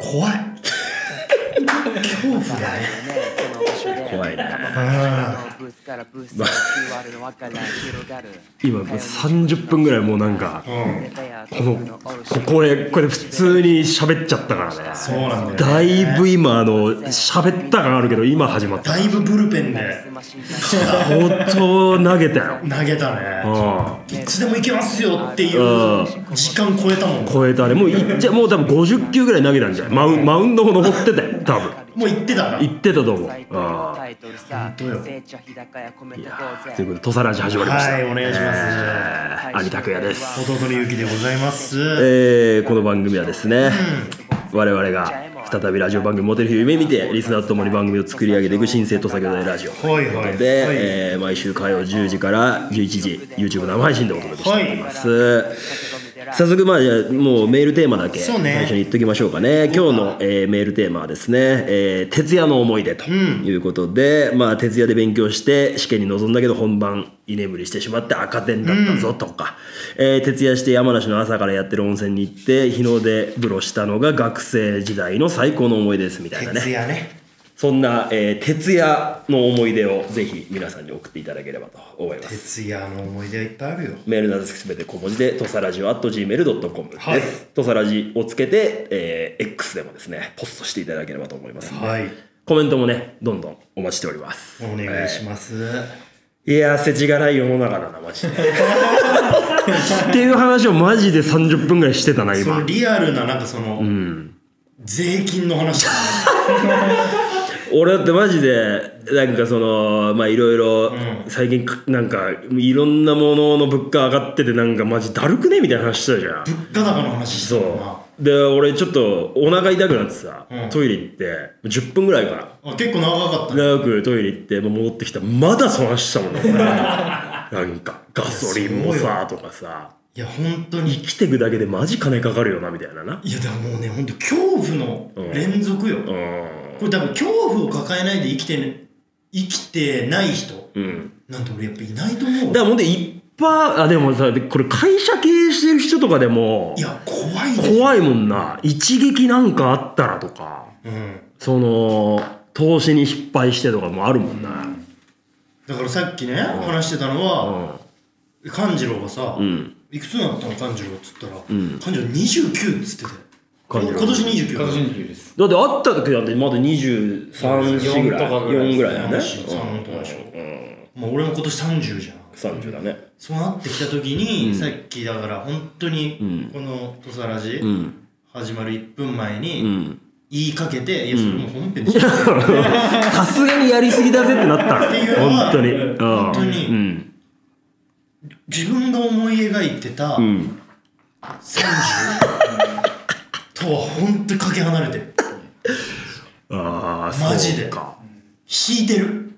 怖い恐怖だね怖いね今もう30分ぐらいもうなんか、このここへこれ普通に喋っちゃったからねそうなんだよだいぶ今あの喋った感あるけど今始まっただいぶブルペンで相当投げたよ投げたねういつでもいけますよっていんううん時間超えたもん超えたねもういっちゃもう多分50球ぐらい投げたんじゃないマウマウンドも登ってたよ多分もう行ってたから行ってたと思うああいやーというはことで土佐ラジ始まりました、はいお願いしますえー、兄拓也です弟の勇気でございます、えーこの番組はですね、我々が再びラジオ番組「モテる日を夢見て」リスナーと共に番組を作り上げていく新生土佐兄弟ラジオとはいいうこはいとで、はいえー毎週火曜10時から11時 YouTube 生配信でお届けしております、早速まあじゃあもうメールテーマだけそう最初ねに言っときましょうかね今日の、えーメールテーマはですね「えー徹夜の思い出」ということで、まあ徹夜で勉強して試験に臨んだけど本番居眠りしてしまって赤点だったぞとか、えー徹夜して山梨の朝からやってる温泉に行って日の出風呂したのが学生時代の最高の思い出ですみたいな徹ね夜ねそんな、えー徹夜の思い出をぜひ皆さんに送っていただければと思います。徹夜の思い出はいっぱいあるよメールなどすべて小文字で、とさラジオ at gmail.com です。はいとさラジをつけて、えー X でもですね、ポストしていただければと思いますんで、はいコメントもね、どんどんお待ちしております。お願いします、いやー、世知がない世の中だな、マジで。っていう話をマジで30分ぐらいしてたな、その今。リアルななんかその、税金の話とかね俺だってマジで、なんかその、まあいろいろ、最近かなんか、いろんなものの物価上がってて、なんかマジだるくねみたいな話してたじゃ ん。物価高の話してそたもんなうで俺ちょっとお腹痛くなってさ、うんトイレ行って10分ぐらいからあ結構長かったね長くトイレ行ってもう戻ってきたまだその話した もんな俺なんかガソリンもさとかさいや本当に生きてくだけでマジ金かかるよなみたいなないやでももうね本当恐怖の連続よ、うこんれ多分恐怖を抱えないで生きてね生きてない人うんなんて俺やっぱいないと思うだからほんで一般あでもさでこれ会社経営してる人とかでもいや怖いでしょ怖いもんな一撃なんかあったらとかうんその投資に失敗してとかもあるもんなだからさっきね、話してたのは、勘次郎がさ、んいくつになったの勘次郎っつったら、ん勘次郎29っつってたよ今勘次郎年29今年29ですだって会った時なんてまだ23、4ぐらいとかぐらい4ぐらいだね23とかでしょ、まあ、俺も今年30じゃん30だねそうなってきた時に、さっきだから本当にこの「土佐ラジ」ん始まる1分前うにん言いかけて、いやそれもう本編で しょ、本さすがにやりすぎだぜってなったていうのは本当にうん当に、うん自分が思い描いてたう30んとは本当にかけ離れてるああマジでそうか引いてる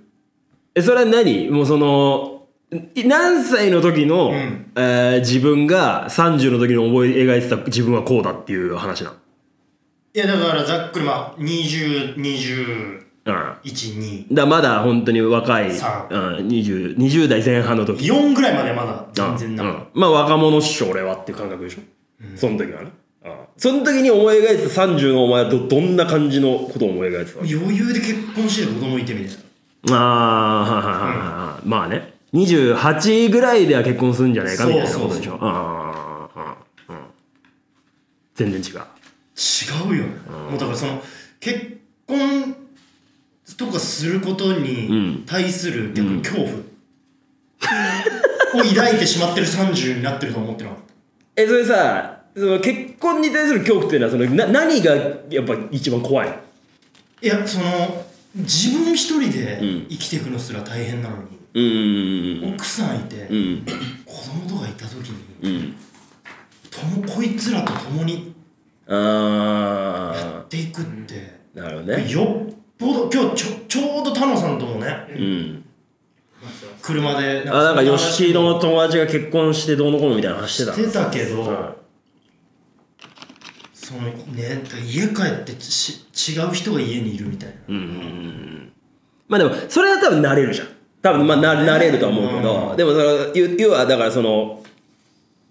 えそれは何もうそのい何歳の時の、んえー自分が30の時に思い描いてた自分はこうだっていう話ないやだからざっくりまあ2021の2うんだまだ本当に若い、うん、さ 20, 20代前半の時4ぐらいまでまだ全然なうかんっうんまあ若者っしょ俺はっていう感覚でしょ、その時はね、うん、その時に思い描いてた30のお前はどどんな感じのことを思い描いてたた余裕で結婚して子供いてみたいなのああ、まあね28ぐらいでは結婚するんじゃないかみたいなことでそうそうしょそうあーあーうん全然違う違うよねもうだからその結婚とかすることに対する逆に恐 怖を抱いてしまってる30になってると思ってなかっえそれさその結婚に対する恐怖っていうのはそのな何がやっぱ一番怖いのたいやその自分一人で生きていくのすら大変なのに、うん奥さんいて、ん子供とかいた時に、うんともこいつらと共にやあっていくって、あなるほどねよっぽど今日ちょちょうど田野さんともねうん車であなんかそ吉井話の友達が結婚してどうのこうのみたいな話してたしてたけど、うんそのね家帰ってち違う人が家にいるみたいな、まあでもそれは多分慣れるじゃん多分まあな慣れるとは思うけど、でもそのゆ要はだからその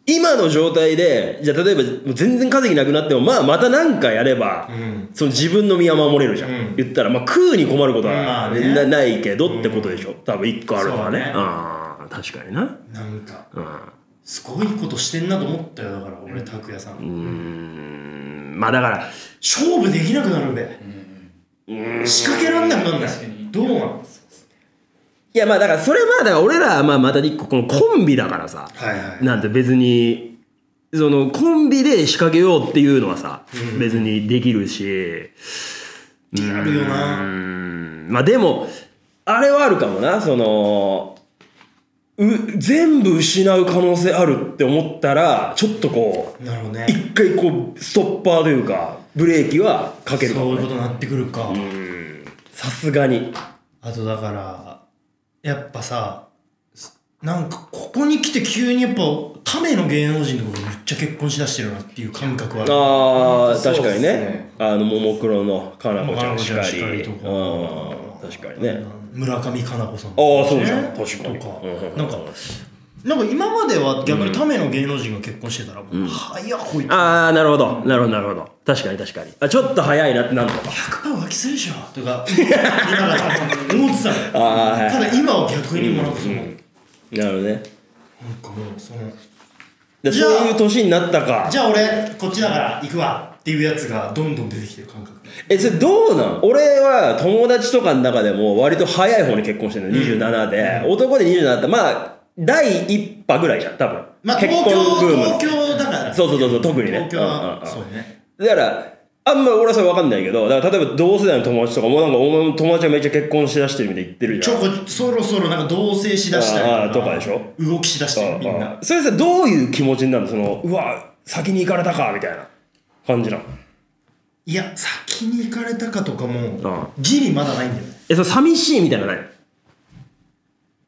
今の状態でじゃあ例えばもう全然稼ぎなくなってもまあまた何かやれば、んその自分の身は守れるじゃん、うん言ったら、まあ、食うに困ることまはあねなないけどってことでしょ、多分一個あるのはねそうねああ確かにななんかうんすごいことしてんなと思ったよだから俺拓哉さん、うーんまあだから勝負できなくなるんで、仕掛けらんなくなんない確かにどうなんいやまあだからそれはだから俺らはまあまた一個このコンビだからさはいはいなんて別にそのコンビで仕掛けようっていうのはさ、別にできるしあるようーなんまあでもあれはあるかもなそのう全部失う可能性あるって思ったらちょっとこうなるほどね一回こうストッパーというかブレーキはかけるかそうもいうねことになってくるか、さすがにあとだからやっぱさすなんかここに来て急にやっぱための芸能人とかがめっちゃ結婚しだしてるなっていう感覚はあるああそうっす確ねかにねあのももクロのかなこちゃんしかりももクロのかなこちゃんしかりとかうん確かにね村上佳菜子さんあああそうじゃん確かにとかうんなんかなんか今までは逆にための芸能人が結婚してたらもう早っこいつああなるほどなるほどなるほど確かに確かにあちょっと早いなってなるのか100%浮気するでしょとかみんなが思ってたの あーはいただ今は逆にもうなんかその、なんなるほどねかもうそのでじゃあそういう年になったかじゃあ俺こっちだから行くわっていうやつがどんどん出てきてる感覚えそれどうなん俺は友達とかの中でも割と早い方に結婚してるの27で、男で27ってまあ第一波ぐらいじゃん多分、まあ結東婚京ブーム東京だからそうそうそうそう特にね東京うんうんはうんそうねだからあんま俺はそれ分かんないけどだから例えば同世代の友達とかもなんかお前の友達がめっちゃ結婚しだしてるみたいに言ってるちじゃょんこそろそろなんか同棲しだしたありあとかでしょ動きしだしてるみんあなあそれさどういう気持ちになるのそのうわ先に行かれたかみたいな感じなのいや先に行かれたかとかああもギリまだないんだよねえその寂しいみたいなのないの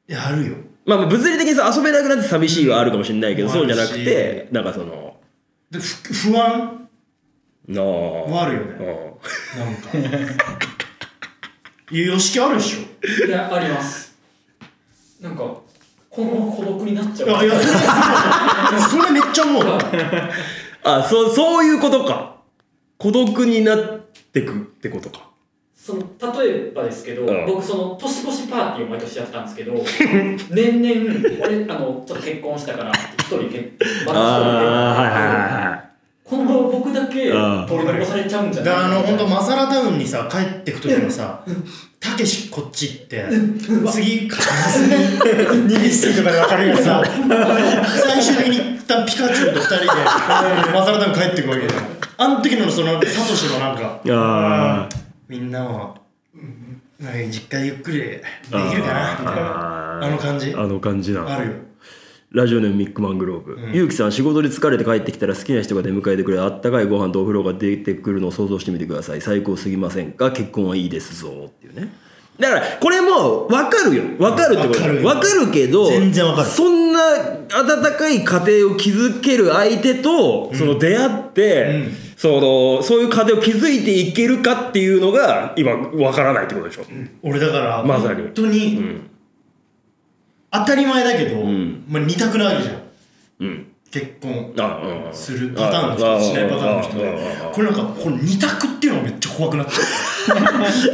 いやあるよまあまあ物理的にさ遊べなくなって寂しいはあるかもしれないけど、うんそうじゃなくあてるなんかそのでふ不安なあはあるようねんなんかいやよしきあるでしょいや、あります。なんか、このまま孤独になっちゃう。いやいやそれ そうそれめっちゃ思うあそそういうことか孤独になってくってことかその例えばですけど、うん僕その年越しパーティーを毎年やってたんですけど 年々俺あのちょっと結婚したから一人結また一人であこのまま僕だけ取りうん残されちゃうんじゃだなかいらあの本当まマサラタウンにさ帰ってく時もさ「たけしこっち行って次カラスに逃げしてとかで分かるけどさ最終的に一旦ピカチュウと二人でマサラタウン帰ってくわけじゃんあの時のそのサトシのなんかーはいはいはいあみんなもなんか実家でゆっくりできーるかなみたいなあの感じあの感じなあるよラジオネームミックマングローブ、ゆうきさん仕事で疲れて帰ってきたら好きな人が出迎えてくれあったかいご飯とお風呂が出てくるのを想像してみてください最高すぎませんか結婚はいいですぞっていうねだからこれも分かるよ分かるってことわかるよ分かるけど全然わかるそんな温かい家庭を築ける相手とその出会って、うんそのそういう家庭を築いていけるかっていうのが今分からないってことでしょ、俺だからまさに本当に当たり前だけどんまあ二択なわけじゃんうん結婚あうんするパターンの人としないパターンの人ああああでこれなんかこの二択っていうのがめっちゃ怖くなってる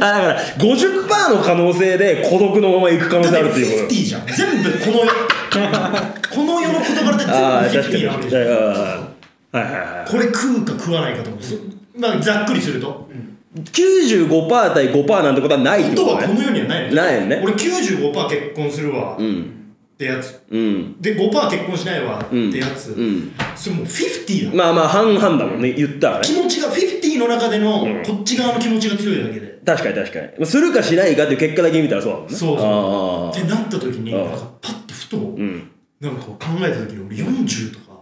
あだから50%の可能性で孤独のまま行く可能性あだるっフていうィこフテとィじゃん全部この世 この世の事柄でああ全部フィフ確かにティなわけじゃんはいはいはこれ食うか食わないかと思うそまあざっくりするとい95%対5%なんてことはないって人ことはねこの世にはないのないよね俺95%結婚するわっうんてやつうんで5%結婚しないわってやつうんそれもうフィフティだまあまあ半々だもんね言ったらね気持ちがフィフティの中でのうんこっち側の気持ちが強いだけで確かに確かにまあするかしないかっていう結果だけ見たらそうだもんねそうそうあってなった時にあなあんかパッとふとあうんなんかこう考えた時に俺40と か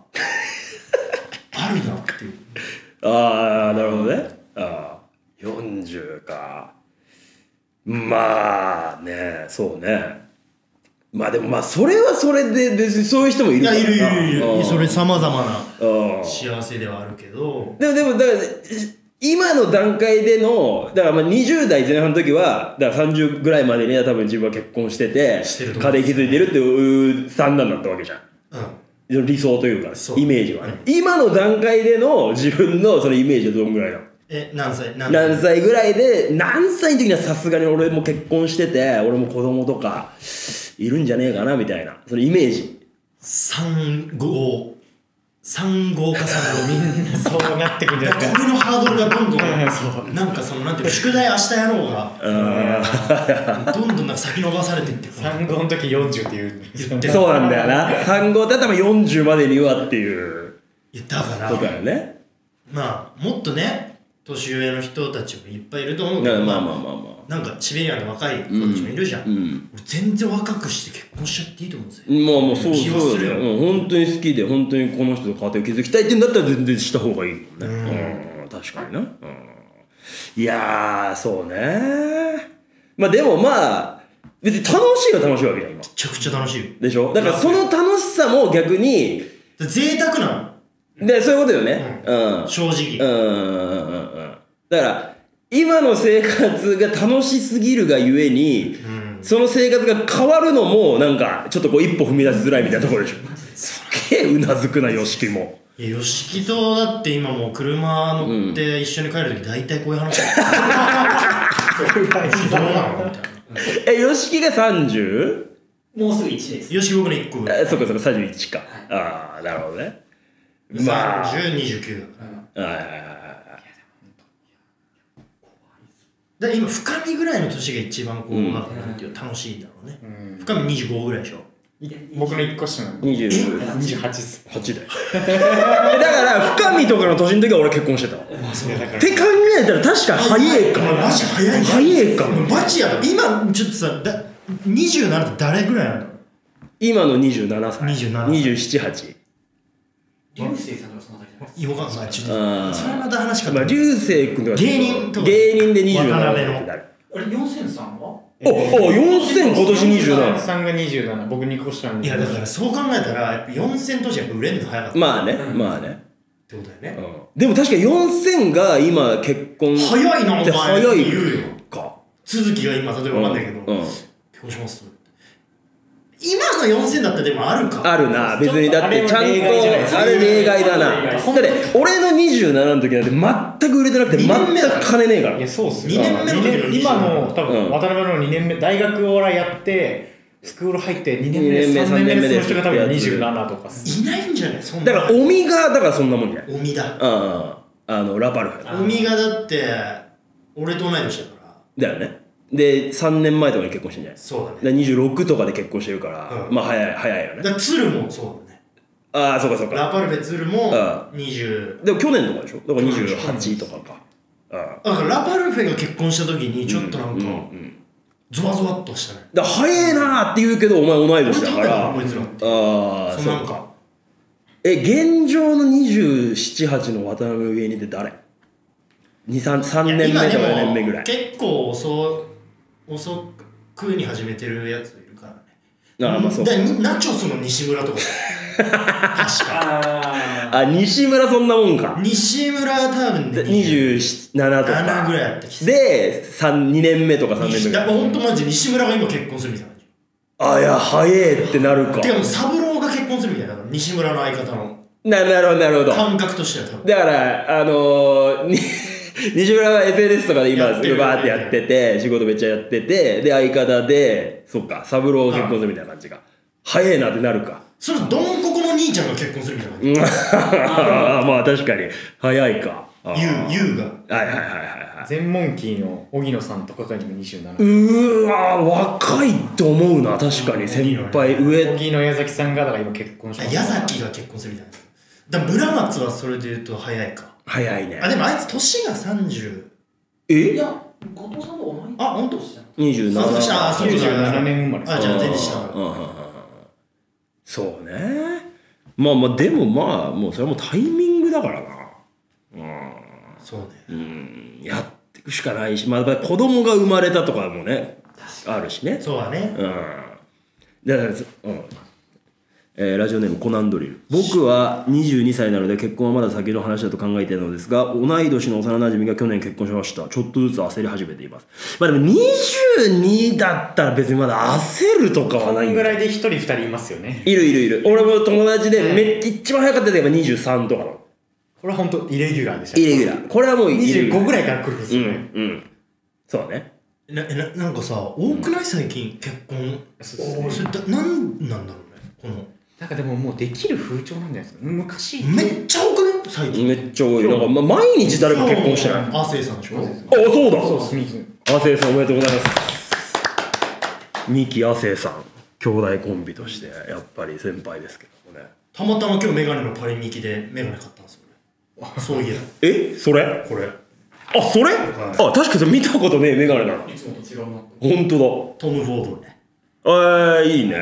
あるなっていうああなるほどねああ40かまあねそうねまあでもまあそれはそれで別にそういう人もいいるかやいらるいるいうんるそれさまざまなうん幸せではあるけどでもでもだからし今の段階でのだからまあ20代前半の時はだから30ぐらいまでには多分自分は結婚しててしてると思家う庭築いてるっていうスタンダードだったわけじゃんうん理想というかそうイメージはね今の段階での自分のそのイメージはどんぐらいなのえ何歳何歳何歳ぐらいで何歳の時にはさすがに俺も結婚してて俺も子供とかいるんじゃねえかなみたいなそのイメージ三五三五か三 五みんなそうなってくるんじゃないですか僕のハードルがどんどんなんかそのなんていうの宿題明日やろうがどんどんなんか先延ばされていってる産後の時40っていう言ってそうなんだよな産後だったら40までにはっていういやだからことだよねまあもっとね年上の人たちもいっぱいいると思うだけからどまあまあまあまあなんかシベリアの若い子たちもいるじゃん、うん俺全然若くして結婚しちゃっていいと思うんですよ、まあまあそう気はそうすだるよよ、うん、本当に好きで本当にこの人と家庭を築きたいっていうんだったら全然した方がいいもんねうん、確かにな、うん、いやーそうねまあでもまあ別に楽しいは楽しいわけだ今めちゃくちゃ楽しいよでしょだからその楽しさも逆にで贅沢なでそういうことよねうんの正直、うんうんうんうんうんだから今の生活が楽しすぎるがゆえに、その生活が変わるのもなんかちょっとこう一歩踏み出しづらいみたいなところでしょすっげえうなずくな YOSHIKI もいや、吉木とだって今もう車乗って一緒に帰るとき大体こういう話だよどうなのみたいな。え YOSHIKI が 30? もうすぐ1です。吉木僕の1個上。えそっかそっか31かああなるほどねまあ30、29だかはいはいはいはいら。で今、深みぐらいの年が一番こう、なんていうの楽しいんだろうね。深み25ぐらいでしょ。僕の1個下なの28 28っすだよ えだから深見とかの年の時は俺結婚してたわいやだからって考えたら確かに早いかお前マジ早い早いかもマジやろ。今、ちょっとさ、だ27って誰ぐらいなの今の27歳27 278流星さんとかそのあたりじゃないですか。よかんない。ちょっあと、ーそれはまた話かまあ流星君とか芸人とか芸人で27渡辺歳のってなるあれ、四千さんはおお4000今年27 3が27僕2個下なんいでや、だからそう考えたら、やっぱ4000年やっぱ売れんの早かったっまあねまあね、てことだよねう。ん、でも確か4000が今結婚早いな、お前って早っいて言うよ。か続きが今、例えばわかんないけど、うんうん結婚します今の4000だったらでもあるか。あるな別にだってちゃんとあれは例外じゃないですかあれ例外だなだ例っ外て俺の27の時なんて全く売れてなくて二年目だ全く金ねえからいやそうっす二年目の時の二年今の多うん分渡辺の2年目大学を俺やってスクール入って2年目二年目3年目でその人が多分三年目です27とかっすいないんじゃないそんな。だから、おみが、だからそんなもんじゃない。おみだ。ああ、あの、ラパルフェあおみがだって、俺と同い年だから。だよね。で、3年前とかに結婚してんじゃないそうだね。で26とかで結婚してるから、うんまあ早い、早いよだね。から、鶴もそうだね。ああ、そうかそうか。ラパルフェ鶴もあ20。でも去年とかでしょだから28とかか。あだからラパルフェが結婚した時にちょっとなあ。んうんうかん。ゾワゾワっとしたね。だから早えなーって言うけど、お前同い年だか俺多ら。分こいつらって。ああ、そうそなんうか。か。え、現状の27、8の渡辺の芸人って誰 ?2、3、3年目とか4年目ぐらい。結構遅遅くに始めてるやついるからねああ、まあそうかだ。からナチョスの西村 とか確かああ、西村そんなもんか。西村は多分ね27とか。 7ぐらいやったきで、三2年目とか3年目ぐだらからい。ほんとマジ西村が今結婚するみたいな感あ、いや、早えってなるかじ。てかもう三郎が結婚するみたいなだから西村の相方のななるほど、なるほど。感覚としては多分だから、あのー、に 西村は SNS とかで今、やってるバーってやってて、仕事めっちゃやってて、で、相方で、そっか、三郎結婚するみたいな感じが。早えなってなるか。それドンココの兄ちゃんが結婚するみたいな感じあ あ、まあ確かに。早いか。あーゆうゆうがはいはいはいはいはい。全問キーの荻野さんとかが今27うーわ、若いと思うな、確かに。先輩、上。荻野矢崎さんがだから今結婚しまあした矢崎が結婚するみたいなだから村松はそれで言うと早いか早いねあ。でもあいつ年が30ーいえや、後藤さんと同い年あほんとじゃん。 ?27。あそうかあそうか97年生まれあじゃあ全然下だうんうんうんうんそうねまあまあでもまあもうそれはもうタイミングだからなそうねうんやっていくしかないしまあやっぱり子供が生まれたとかもねあるしねそうだねうんだからそうんええーラジオネームコナンドリル僕は22歳なので結婚はまだ先の話だと考えているのですが同い年の幼なじみが去年結婚しましたちょっとずつ焦り始めていますまあでも22だったら別にまだ焦るとかはこないんんぐだらいで一人二人いますよねいるいるいる俺も友達でめっ一番早かったやつが23とかのこれは本当イレギュラーでしたイレギュラーこれはもうイレギュラー25ぐらいから来るんですうよんね、うんそうだねなななんかさ多くない最近結婚そうですねそれだなんなんだろうねなんかでももうできる風潮なんじゃないですか昔このめっちゃ多くない最近めっちゃ多いなんか、ま、毎日誰か結婚してないあ亜生さんでしょそうだそうスミス亜生さんおめでとうございます三木亜生さん兄弟コンビとしてやっぱり先輩ですけどもねたまたま今日メガネのパリミキでメガネ買ったんですよねそういえ えそればこれあそれ、あ確かにそれ見たことねえメガネなのいつもと違うなと。本当トム・フォードねだえー、 いいね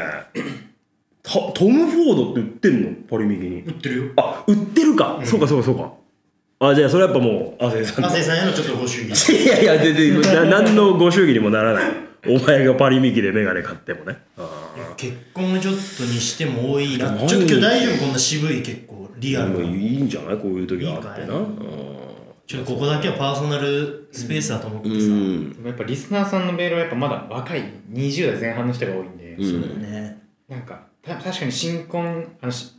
たトム・フォードって売ってんのパリ右に売ってる よあ売ってるか、そうかそうかそうかあじゃあそれやっぱもう亜生さん亜だ生さんへのちょっとご祝儀いやいや全 然な何のご祝儀にもならないお前がパリミキでメガネ買ってもねあー結婚ちょっとにしても多いなうんちょっと今日大丈夫こんな渋い結構リアルでもないいんじゃないこういう時はあってなちょっとここだけはパーソナルスペースだと思ってうさ、んでもやっぱリスナーさんのメールはやっぱまだ若い20代前半の人が多いんで、うそうだんねなんかた確かに新婚あのし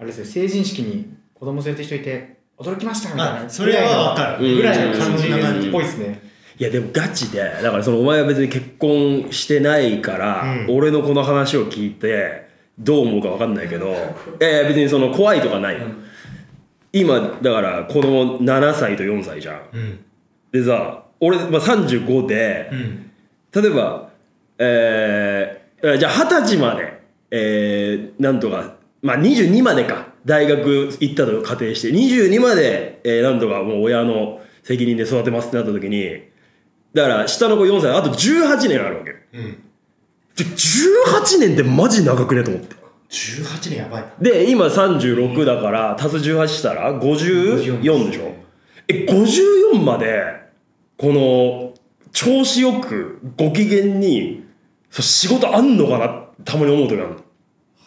あれですよ成人式に子供連れてる人いて驚きましたみたいあなそれは分かるぐらいの感じうんうんうんっぽいですねいやでもガチでだからそのお前は別に結婚してないから、うん俺のこの話を聞いてどう思うか分かんないけどいやいや別にその怖いとかないよ、うん今だから子供7歳と4歳じゃんうんでさ俺、まあ、35で、うん例えば、えー、じゃあ二十歳まで、えー、なんとか、まあ、22までか大学行ったと仮定して22まで、えー、なんとかもう親の責任で育てますってなった時にだから下の子4歳あと18年あるわけうんで18年ってマジ長くねと思って18年やばいなで今36だから足す18したら54でしょえ54までこの調子よくご機嫌にそう仕事あんのかなたまに思う時ある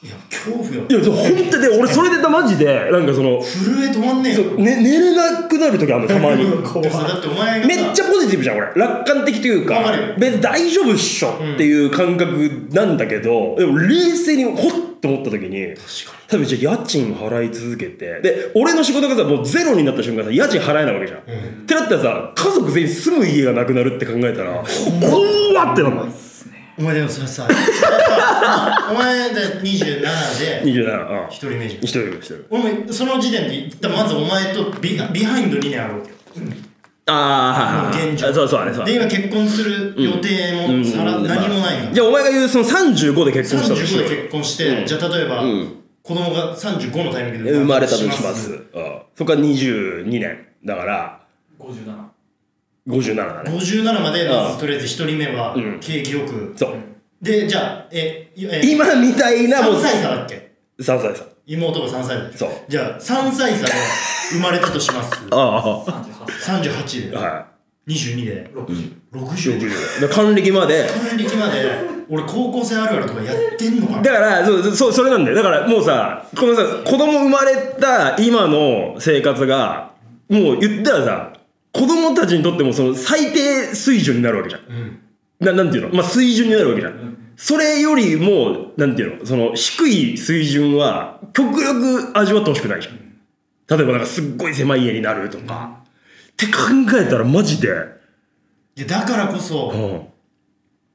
いや恐怖よいやそう本当で俺それでマジでなんかその、震え止まんねえそようね、寝れなくなる時あるのたまにでさだってお前がめっちゃゃポジティブじゃん俺楽観的というかわかるよ別に大丈夫っしょっていう感覚なんだけど、でも冷静にほっと思った時に確多分じゃあ家賃払い続けてで俺の仕事がさもうゼロになった瞬間さ家賃払えないわけじゃん、かにうんってなったらさ家族全員住む家がなくなるって考えたらうわってなるのお前でもそれさ お前で27で27うん一人目じゃん一人暮らししてる俺もその時点で言ったまずお前とビハビハインド2年あるわけよあーはいはいはい現状あそうそうあれそうで今結婚する予定もさら、うん何もないの、じゃあお前が言うその35で結婚したとし35ようで結婚して、うんじゃあ例えば、うん子供が35のタイミングで生まれたとしますうんそっから22年だから57。 57だね57までまうんずとりあえず1人目はうん景気よく、そうでじゃあええ今みたいなもう3歳差だっけ3歳さ妹が3歳だっけそうじゃあ3歳差で生まれたとします あ38。 38あでは22で60。い60 60でだから還暦まで還暦まで俺高校生あるあるとかやってんのかなだからそうそうそれなんだよだからもうさこのさ子供生まれた今の生活がもう言ったらさ子供たちにとってもその最低水準になるわけじゃんうんななんていうのまあ水準になるわけじゃんそれよりもなんていうのその低い水準は極力味わってほしくないじゃん例えばなんかすっごい狭い家になるとかって考えたらマジで、いやだからこうそ、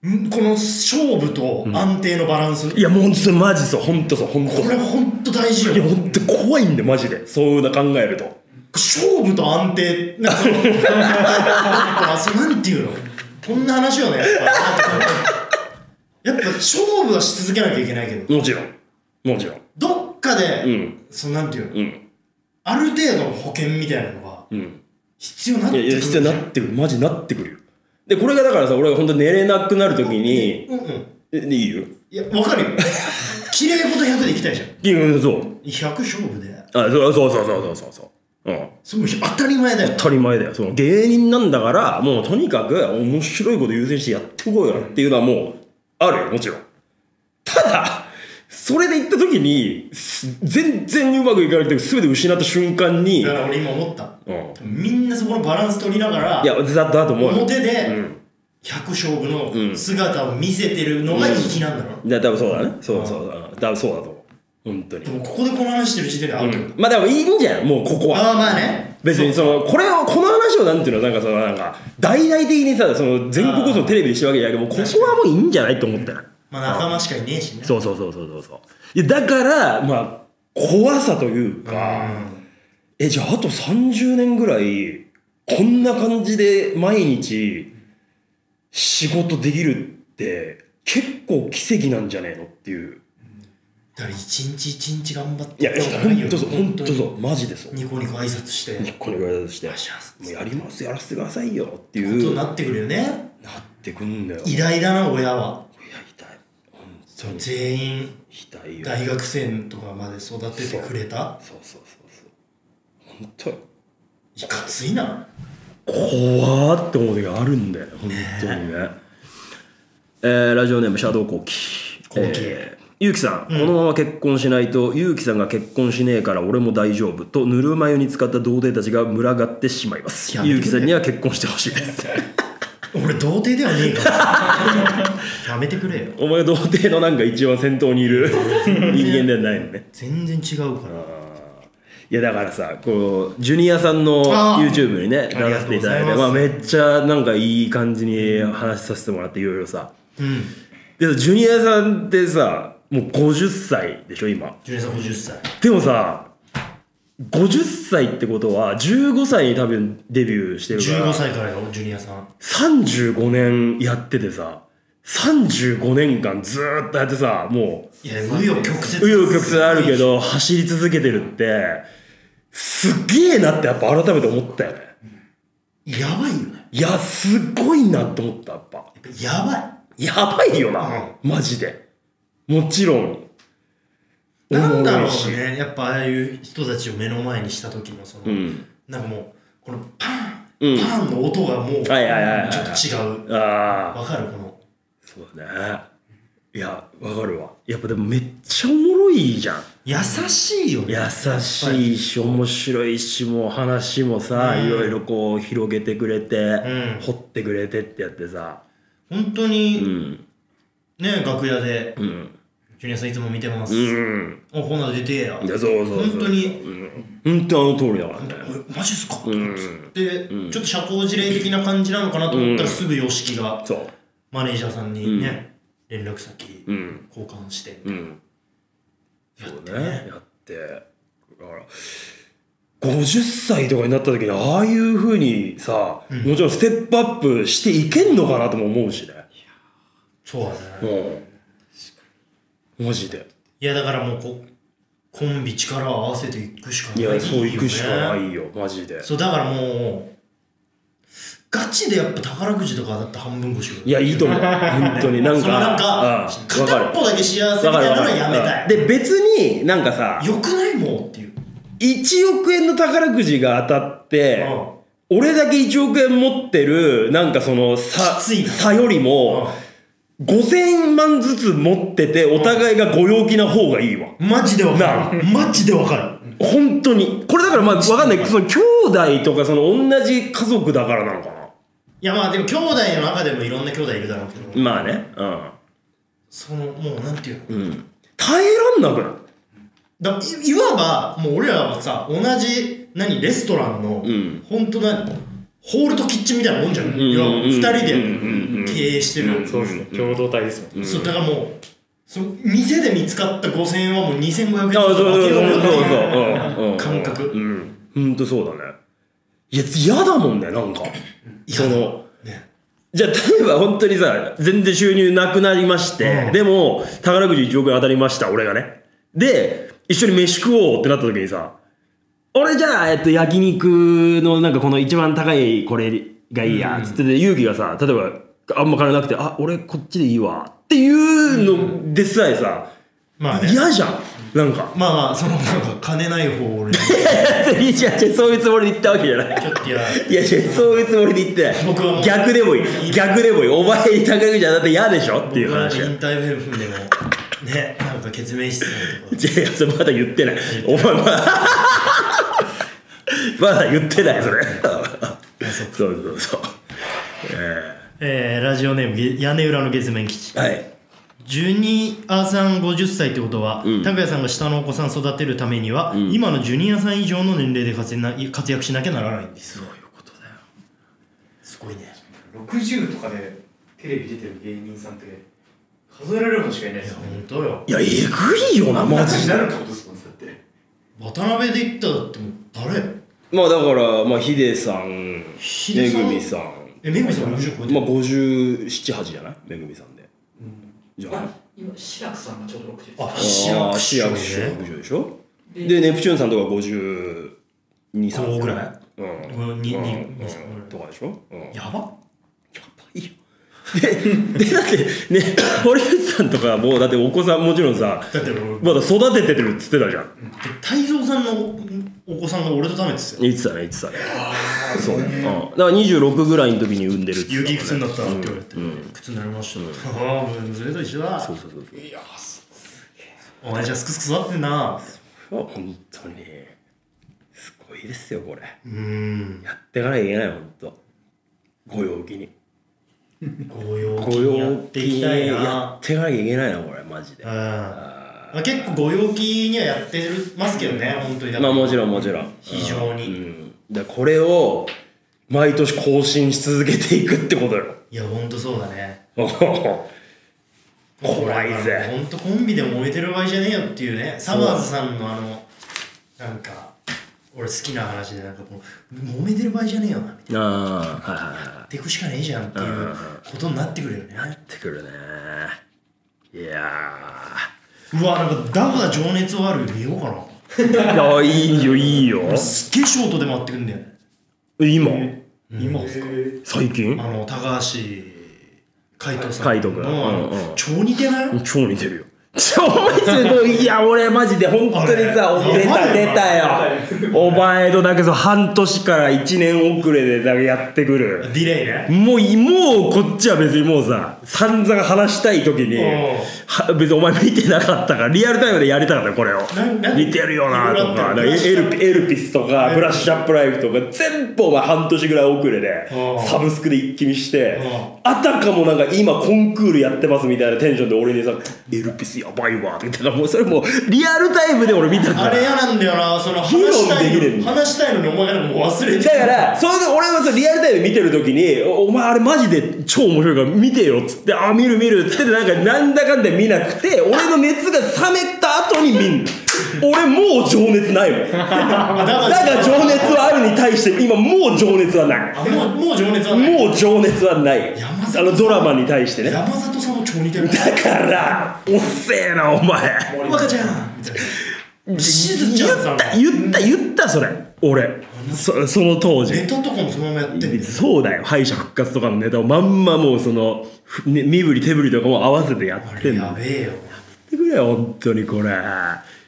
ん、んこの勝負と安定のバランス、いやもうほんとそれマジそうほんとそうほんとこそうれほんと大事よいやほんと怖いんでマジでそういうの考えると。勝負と安定なんかそのあそうなんていうのこんな話よねやっぱやっぱ勝負はし続けなきゃいけないけどもちろん。もちろん。どっかで、うん。そのなんていうのうん。ある程度の保険みたいなのがうん。必要になっいてやくいるや、必要になってくる。マジなってくるよ。で、これがだからさ、俺が本当寝れなくなるときに、うんうんえいいよ。いやわかるよ綺麗事100でいきたいじゃんいや、そう。 100勝負であ、そうそうそうそうそうそうそう。うん。それも当たり前だよ当たり前だよ。その芸人なんだから、もうとにかく面白いこと優先してやってこいよっていうのはもう、あるよ、もちろん。ただ、それで行った時にす全然うまくいかなくて全て失った瞬間に、だから俺今思ったうん、みんなそこのバランス取りながらいやだだと思うよ表うでん百勝負の姿を見せてるのが粋なんだろう、だ多分そうだねそうそうだ多分そうだと思う本当にでもここでこの話してる時点でアウト、まあでもいいんじゃんもうここはああまあね別にそのこれをこの話をなんていうのなんかそのなんか大々的にさその全国放送テレビでしてるわけじゃないけどもうここはもういいんじゃないと思ったよまあ仲間しかいねえしねそうそうそうそうそうそういやだからまあ怖さというか、えじゃああと30年ぐらいこんな感じで毎日仕事できるって結構奇跡なんじゃねえのっていうだから一日一日頑張っいてやいや本当そう本当そにうマジでそうニコニコ挨拶してにっこにこやしてお願いしますもうやりますやらせてくださいよってこいとうにななってくるよねってくんだよいイやライラな親は痛い本当に全員痛いよ大学生とかまで育ててくれたそうそうそうそう本当よいかついな怖ーって思う時があるんだよ本当にね、えーラジオネームシャドウコウキコウキえーゆうきさん、このまま結婚しないとゆうきさんが結婚しねえから俺も大丈夫とぬるま湯に使った童貞たちが群がってしまいますやめてくれゆうきさんには結婚してほしいです俺童貞ではねえから やめてくれよお前童貞のなんか一番先頭に いる人間ではないのね全然違うからいやだからさこうジュニアさんのあー YouTube にねあり流がしとうていごただざいいてますまあ、めっちゃなんかいい感じに話させてもらっていろいろさうんでジュニアさんってさもう50歳でしょ今ジュニアさん50歳でもさ50歳ってことは15歳に多分デビューしてるか15ら歳からよジュニアさん35年やっててさ35年間ずーっとやってさもういや紆余曲折紆余曲折あるけど走り続けてるってすげえなってやっぱ改めて思ったよねやばいよねいやすごいなって思ったやっぱやばいやばいよな、マジでもちろんなんだろ思しうねやっぱああいう人たちを目の前にした時のその、うんなんかもうこのパうン、んパンの音がもうちょはいはいはいはいっと違うああわかるこのそうねいやわかるわやっぱでもめっちゃおもろいじゃん優しいよね優しいし面白いしもう話もさ、うんいろいろこう広げてくれて、うん掘ってくれてってやってさ本当うに、んね楽屋でうんジュニアさんいつも見てます、うんおこんなの出てえやいやそうそうそう本当にうん本当あの通りだからねえマジっすか、うんつって、ちょっと社交辞令的な感じなのかなと思ったら、うんすぐ YOSHIKI がそうマネージャーさんにね、連絡先うん交換して、うんやってそうねねやってだから50歳とかになった時にああいうふうにさ、もちろんステップアップしていけんのかなとも思うしねそうだね、うんマジでいやだからもうこコンビ力を合わせていくしかないいよ、やね、そう行くしかないよマジでそうだからもうガチでやっぱ宝くじとかだったら半分越しよいやいいと 思う本当になんそかのなんかうんわ片っぽだけ幸せわみかたいるなのわかはるやめたいうんで別になんかさよくないもうっていう1億円の宝くじが当たって、俺だけ1億円持ってるなんかその差きついな差よりも、5000万ずつ持っててお互いがご陽気な方がいいわ、うんマジでわなかるマジでわかる本当にこれだからまあ分かんないその兄弟とかその同じ家族だからなのかないやまあでも兄弟の中でもいろんな兄弟いるだろうけど、まあねうんそのもうなんていうのうん耐えらんなくなるだいいわばもう俺らはさ同じ何レストランの、んほんと何ホールとキッチンみたいなもんじゃん、いわばうん2人うんうんうんで経営してる、そうですね。共同体ですもんね。そうだからもうその店で見つかった5000円はもう2500円あそうそうそうそう分けようよっていうそううんうん感覚うん本当そうだねいや嫌だもんねなんかそのねじゃあ例えば本当にさ全然収入なくなりまして、うんでも宝くじ1億円当たりました俺がねで一緒に飯食おうってなった時にさ俺じゃあ、えっと、焼肉のなんかこの一番高いこれがいいやつってて勇気がさ例えばあんま金なくてあ俺こっちでいいわっていうのでさえさまあね嫌じゃんなんかまあまあそのなんか金ない方を俺にち いや違う違うそういうつもりで言ったわけじゃないょっとやられて いや違うそういうつもりで言ってない僕はもう逆でもいい逆でもいいお前に高くじゃだって嫌でしょっていう話僕はインターフェルフンでもねなんか決明室のところいやいやそれまだ言ってないお前まだまだ言ってないそれそうそうそうええー、ラジオネームげ屋根裏の月面基地ーはいジュニアさん50歳ってことは、うん拓也さんが下のお子さん育てるためには、ん今のジュニアさん以上の年齢で活躍な活躍しなきゃならないんですそういうことだよすごいね60とかでテレビ出てる芸人さんって数えられるほどしかいないですよね本当よいやえぐいよなマジでになるってことですもんだって渡辺で言ったらだってもう誰まあだからまあヒデさんヒデめさんぐみさんえめぐみさん50超えてまある578じゃないめぐみさんでじゃあ今志らくさんがちょうど60ですああ志らく師匠ね志らく師匠でしょででネプチューンさんとか52 3ぐらいうんうんににうんにさんぐらいとかでしょうんやばやばいよ。で、でだってね、堀内さんとかもうだってお子さんもちろんさ、だって俺まだ育ててるっつってたじゃん。泰造さんのお子さんが俺とダメですよ言ってたね、言ってたね。そうね。うん、だから26ぐらいの時に産んでるっつってたもんね雪靴になったって言われて、靴になりましたって、ああもうそれと一緒だそうそうそうそう。いや、お前じゃあすくすく育ってんな本当に、すごいですよ、これ。うーんやっていかなきゃいけない、本当。ご陽気に。ご陽ご気にや陽って気いきたにいやなっていかなきゃいけないな、これ、マジで。うんあまあ結構ご陽気にはやってますけどね本当にだーかまらあ、もちろん、もちろん。非常に、いだからこれを毎年更新し続けていくってことよ や本当そうだね怖いぜ本当コンビで燃えてる場合じゃねえよっていうねサマーズさんのあのなんか俺好きな話でなんかもう揉めてる場合じゃねえよなみたいああはいはいはいなやっていくしかねえじゃんっていうことになってくるよねやってくるねいやうわなんかだが情熱はある見ようかなーいやいいよいいよすっげえショートで回ってくんだよね今今ですか最近あの高橋海人さん海人君のあのうんうん超似てない超似てるよ超すごいいや俺マジで本当にさあれ出た出たやばいよお前とだけど半年から1年遅れでだけやってくるディレイねもうい、もうこっちは別にもうさ、散々話したい時に、うんは別にお前見てなかったから、リアルタイムでやりたかったよこれをなんな。ん見てるよないとか、ろいろあったよなんかブラエッシュアッルプピエルピスとか、ブラッシュアップライフとか、全部お前半年ぐらい遅れでうん、サブスクで一気見してうん、あたかもなんか今コンクールやってますみたいなテンションで俺にさ、エルピスやばいわ、みたいな、もうそれもうリアルタイムで俺見たから。あれ嫌なんだよなその議論話したできるいんのだ話したいのにお前がもう忘れてだから、それで俺はさ、リアルタイム見てるときに、おお前あれマジで超面白いから見てよっつって、あ、見る見るっつってて、なんかなんだかんだ見なくて、俺の熱が冷めた後に見んの。俺もう情熱ないもん。だからあだ情熱はあるに対して、今もう情熱はない。あもうもう情熱はないもう情熱はない。山あ里のドラマに対してね。山里さんも超似て るだから、おっせえな、お前。若ちゃんみたいな静ち言ゃんっさんた、言った、言った、それ。俺。そその当時。ネタとかもそのままやってんだよそうだよ敗者復活とかのネタをまんまもうその、ふね、身振り手振りとかも合わせてやあってれんのややっべえよてくれよ本当にこれ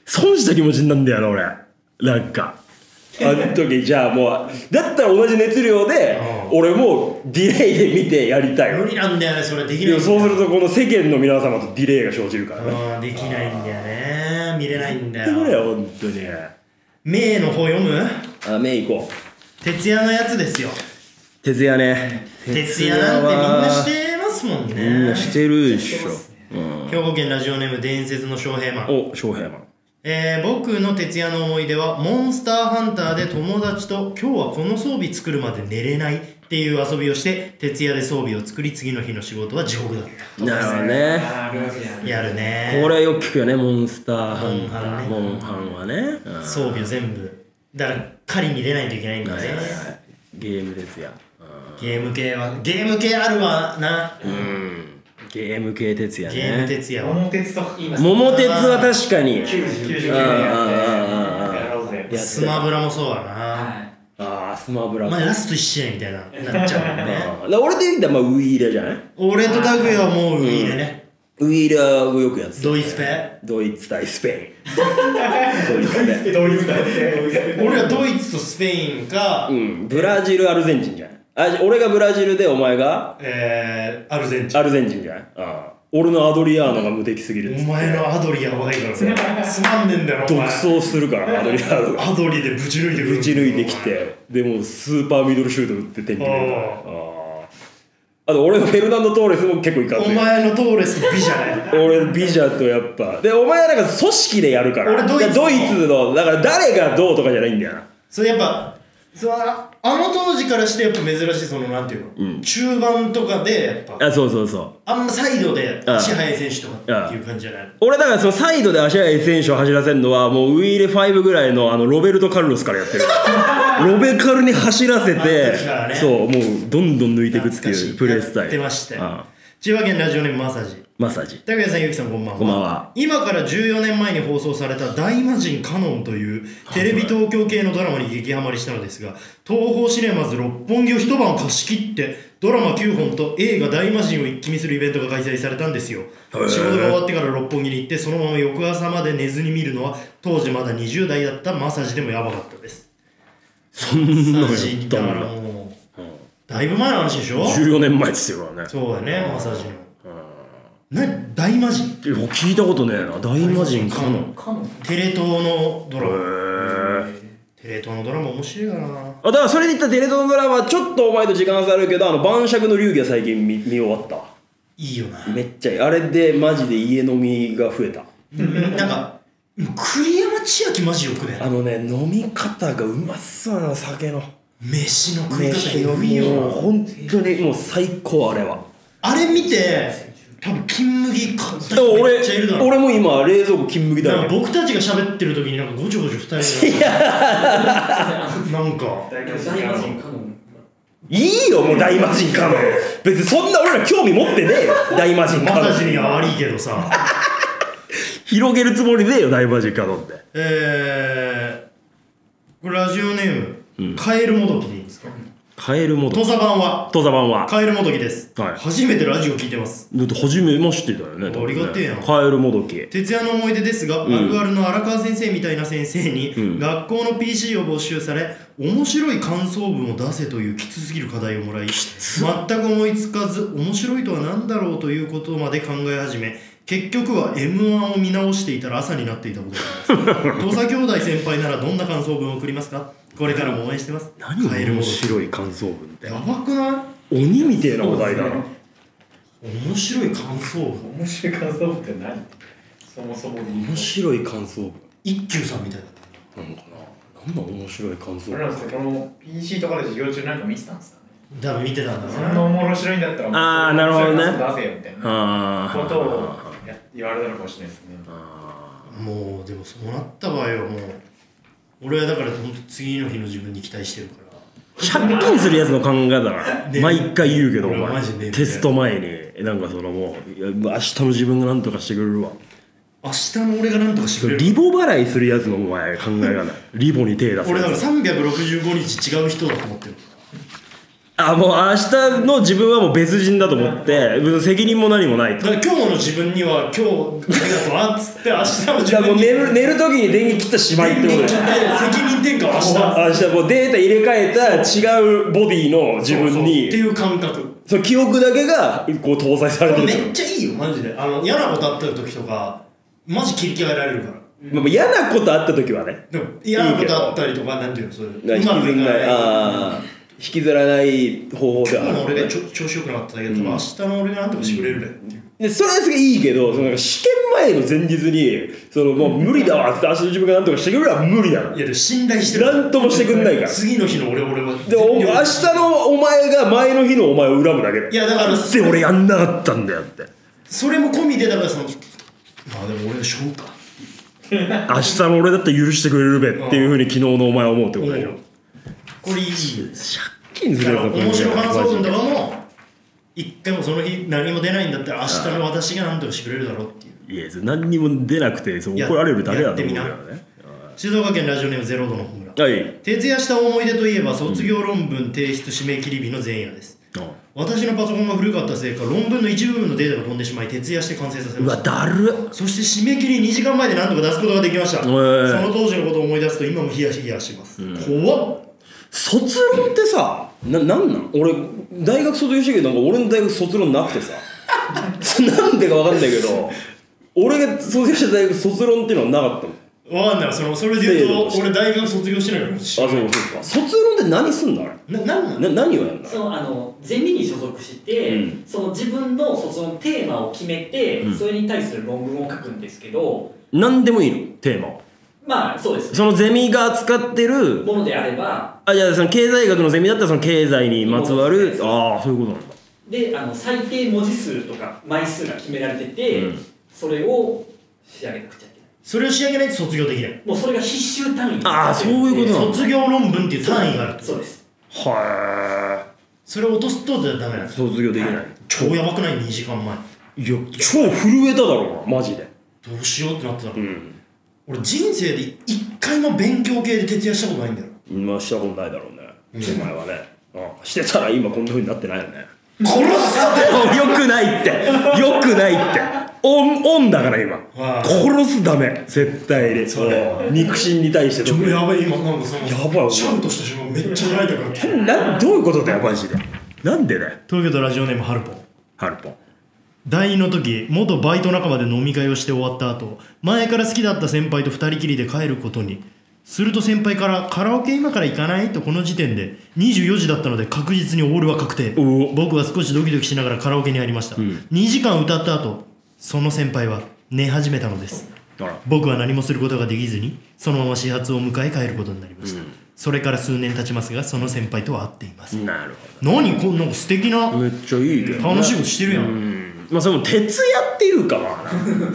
損した気持ちになんだよな俺なんかあの時じゃあもうだったら同じ熱量でう俺もディレイで見てやりたい無理なんだよねそれできなでもいそうするとこの世間の皆様とディレイが生じるからねやうんできないんだよね見れないんだってくれよよ本当に名の方読むあ目いこ徹夜のやつですよう徹夜ね徹夜なんてみんなしてますもんみんねなしてるでししてょますうん兵庫県ラジオネーム伝説の翔平マンお翔平マンえー僕の徹夜の思い出はモンスターハンターで友達と今日はこの装備作るまで寝れないっていう遊びをして徹夜で装備を作り次の日の仕事は地獄だっなるほどねあーありますねたやるねこれよく聞くよねモンスターハンターモモンハンはねうん装備を全部だから狩りに出ないといけないんだはいねはいはいゲームですやゲーム系はゲーム系あるわなうんゲーム系徹夜ゲームね徹夜は桃鉄とか今桃鉄は確かに99うんうんうんうん年やろうぜやスマブラもそうだなはああスマブラまあラスト1試合みたいななっちゃうもんねうんだから俺で言ったらまあウイイレじゃない俺とタグヤはもういいでねウイイレはよくやってたドイツペドイツ対スペインドイツねドイツだって俺はドイツとスペインか、うんブラジルアルゼンチンじゃないあ俺がブラジルでお前がえー、アルゼンチンアルゼンチンじゃないあ俺のアドリアーノが無敵すぎるっつおって前のアドリやばい からねつまんねえんだよお独前走するからアドリア ーノがアドリでぶち抜いてくるぶち抜いてきてでもうスーパーミドルシュート打って点決めるからああーあと俺のフェルナンド・トーレスも結構いかんおという前のトーレス美じゃね俺ビジャとやっぱでお前はなんか組織でやるから俺ドイツのドイツのだから誰がどうとかじゃないんだよなそれやっぱそのあの当時からしてやっぱ珍しいそのなんていうの、うん中盤とかでやっぱあそうそうそうあんまサイドで支配選手とかっていう感じじゃないの俺だからそのサイドで足早い選手を走らせるのはもうウイーレ5ぐらいのあのロベルト・カルロスからや ってるロベカルに走らせて、あの時からねそうもうどんどん抜いていくって懐かしいういプレースタイルやってましたよああ千葉県ラジオネームマサジマッサージ拓也さん、ゆきさん、こんばんは。こんばんは今から14年前に放送された大魔神カノンというテレビ東京系のドラマに激ハマりしたのですが、東宝シネマズ六本木を一晩貸し切って、ドラマ9本と映画大魔神を一気見するイベントが開催されたんですよ。ー仕事が終わってから六本木に行って、そのまま翌朝まで寝ずに見るのは、当時まだ20代だったマサジでもやばかったです。そんなマのサやジっだたからんだもう、だいぶ前の話でしょ14年前ですよねそうだね、マサジの。何大魔神いや聞いたことねえな大魔神かのかもテレ東のドラへマ。えテレ東のドラマ面白いからな。あだからそれで言ったらテレ東のドラマちょっとお前と時間差あるけどあの晩酌の流儀は最近見見終わったいいよな。めっちゃいいあれでマジで家飲みが増えたなんか、栗山千明マジよくねあ。のね飲み方がうまそうなの酒の飯の食い方飯エのグいもうよな。本当にもう最高あれはあれ見て、多分金麦買った人め俺っちゃいるだろう。俺も今冷蔵庫金麦だなんよか僕たちが喋ってる時になんかごちょごちょ二人で。 なんか、大魔神かもいいよもう大魔神かの別にそんな俺ら興味持ってねえよ大魔神マかのサジには悪いけどさ。 広げるつもりねえよ大魔神かのってえー、これラジオネーム、カエルもどきでいいんですかカエルモ土ド佐版は、トザ版はカエルもどきです。はい初めてラジオ聞いてます。だって初めましてだよねありがてえなカエルもどき徹夜の思い出ですが、んあるあるの荒川先生みたいな先生に、うん学校の PC を没収され面白い感想文を出せというきつすぎる課題をもらい全く思いつかず面白いとは何だろうということまで考え始め結局は m 1を見直していたら朝になっていたことがあります土 佐兄弟先輩ならどんな感想文を送りますかこれからも応援してます何カエルも面白い感想文ってやばくな鬼みてえなお題だない面白い感想文面白い感想って何そもそも面白い感想文一休さんみたいだったなのかななんだ面白い感想俺らのさこの PC とかで授業中なんか見てたんですかね多分見てたんだそろうんなおもろ白いんだったらあーなるほどね面白い感想出せよみたいなあことをや言われたのかもしれないですねもうでもそうなった場合はもう俺はだから本当次の日の自分に期待してるから借金するやつの考えだな、ね毎回言うけどお俺はマ前ジでねテスト前になんかそのもういや明日の自分が何とかしてくれるわ明日の俺が何とかしてくれるリボ払いするやつのお前考え がないリボに手出す俺だやからつ365日違う人だと思ってるあもう明日の自分はもう別人だと思って責任も何もないとだから今日の自分には今日ありがとうなっつって明日のじゃ自あも分うに寝る寝る時に電源切ったしまいってこと切だよって責任転嫁は明日あじゃあもうデータ入れ替えた違うボディの自そう分そうってにいう感覚その記憶だけがこう搭載されてるめっちゃいいよマジであの嫌なことあった時とかマジ切り替えられるからまあまあ嫌なことあった時はねでも嫌なことあったりとかなんていうのそういう引うきまくずいらかないないあー引きずらない方法で今は日のあ俺るがちょ調子よくなっただけだと明日の俺が何とかしてくれるねっていうでそれはすげえいいけどそのなんか試験前の前日にそのもう無理だわって明日の自分が何とかしてくれるのは無理だいやでも信頼してる何ともしてくんないから次の日の俺俺はでお明日のお前が前の日のお前を恨むだけだよいやだからなんで俺やんなかったんだよってそれも込みでだからそのまあでも俺はしょうか明日の俺だったら許してくれるべっていうふうに昨日のお前は思うってことでしょうんこれいいです借金すだかるらやつ面白感想文とだかも一回もその日何も出ないんだったら明日の私が何とかしてくれるだろうっていういやそれ何にも出なくてそういや怒られるだけだと思うかやらっね静岡県ラジオネームゼロ度のホムラはい徹夜した思い出といえば卒業論文提出締め切り日の前夜です私のパソコンが古かったせいか論文の一部分のデータが飛んでしまい徹夜して完成させうまわしただるっそして締め切り2時間前で何とか出すことができましたそーの当時のことを思い出すと今もヒヤヒヤします、怖っ卒論ってさななんなん俺大学卒業してるけどなんか俺の大学卒論なくてさ なんでかわかんないけど、俺が卒業した大学卒論っていうのはなかったもん。あ、わかんないそのそれで言う制度としとて俺大学卒業してないからそうそうか。卒論って何すんだあれ。ななんなんな、何をやんだそのあのゼミに所属して、うんその自分のそそのテーマを決めて、うんそれに対する論文を書くんですけど何でもいいのテーマはまあそうですそのゼミが扱ってる、ものであればあ、じゃあその経済学のゼミだったらその経済にまつわる、ああ、そういうことなんだ。であの最低文字数とか枚数が決められてて、うんそれを仕上げなくちゃいけなそれを仕上げないと卒業できないいもうそれが必修単位にあーそういうことなの卒業論文っていう単位があるとそうですはそれを落とすとダメなんえ。です卒業できない。超やばくない2時間前いや、超震えただろうな、マジで。どうしようってなってたの、うん。俺人生で一回も勉強系で徹夜したことないんだよまあしたことないだろうね、うんお前はね、うん、してたら今こんなふうになってないよね 殺すってよくないってよくないってオンオンだから今ああ殺すダメ絶対にそうだようん肉親に対してち特ょにやばい今なんかそのやばいわシャウトした瞬間めっちゃ腹痛くなってきたなどういうことだよマジでなんでだよ東京都ラジオネームハルポンハルポン大2の時元バイト仲間で飲み会をして終わった後前から好きだった先輩と二人きりで帰ることにすると先輩から「カラオケ今から行かない?」とこの時点で24時だったので確実にオールは確定おお僕は少しドキドキしながらカラオケに入りました、2時間歌った後その先輩は寝始めたのですあら僕は何もすることができずにそのまま始発を迎え帰ることになりました、それから数年経ちますがその先輩とは会っています、なる何こんなんか素敵なほどめっちゃいいけど、ね、楽しいことしてるやん、うんまあその徹夜っていうか まあな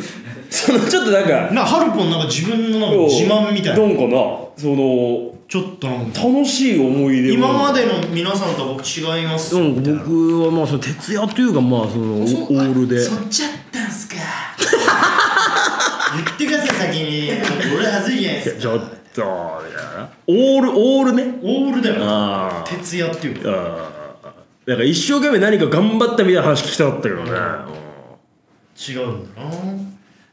そのちょっとなんかなハルポンなんか自分のなんか自慢みたいどなんかなそのちょっとなんか楽しい思い出を今までの皆さんとは僕違いますうん、僕はまあその徹夜というかまあそのオそうールでそっちやったんすか言ってください先に俺はずいじゃないですちかょっとみたいなオールオールねオールだよああ徹夜っていうかああなんか一生懸命何か頑張ったみたいな話聞きたかったけどね、違うんだな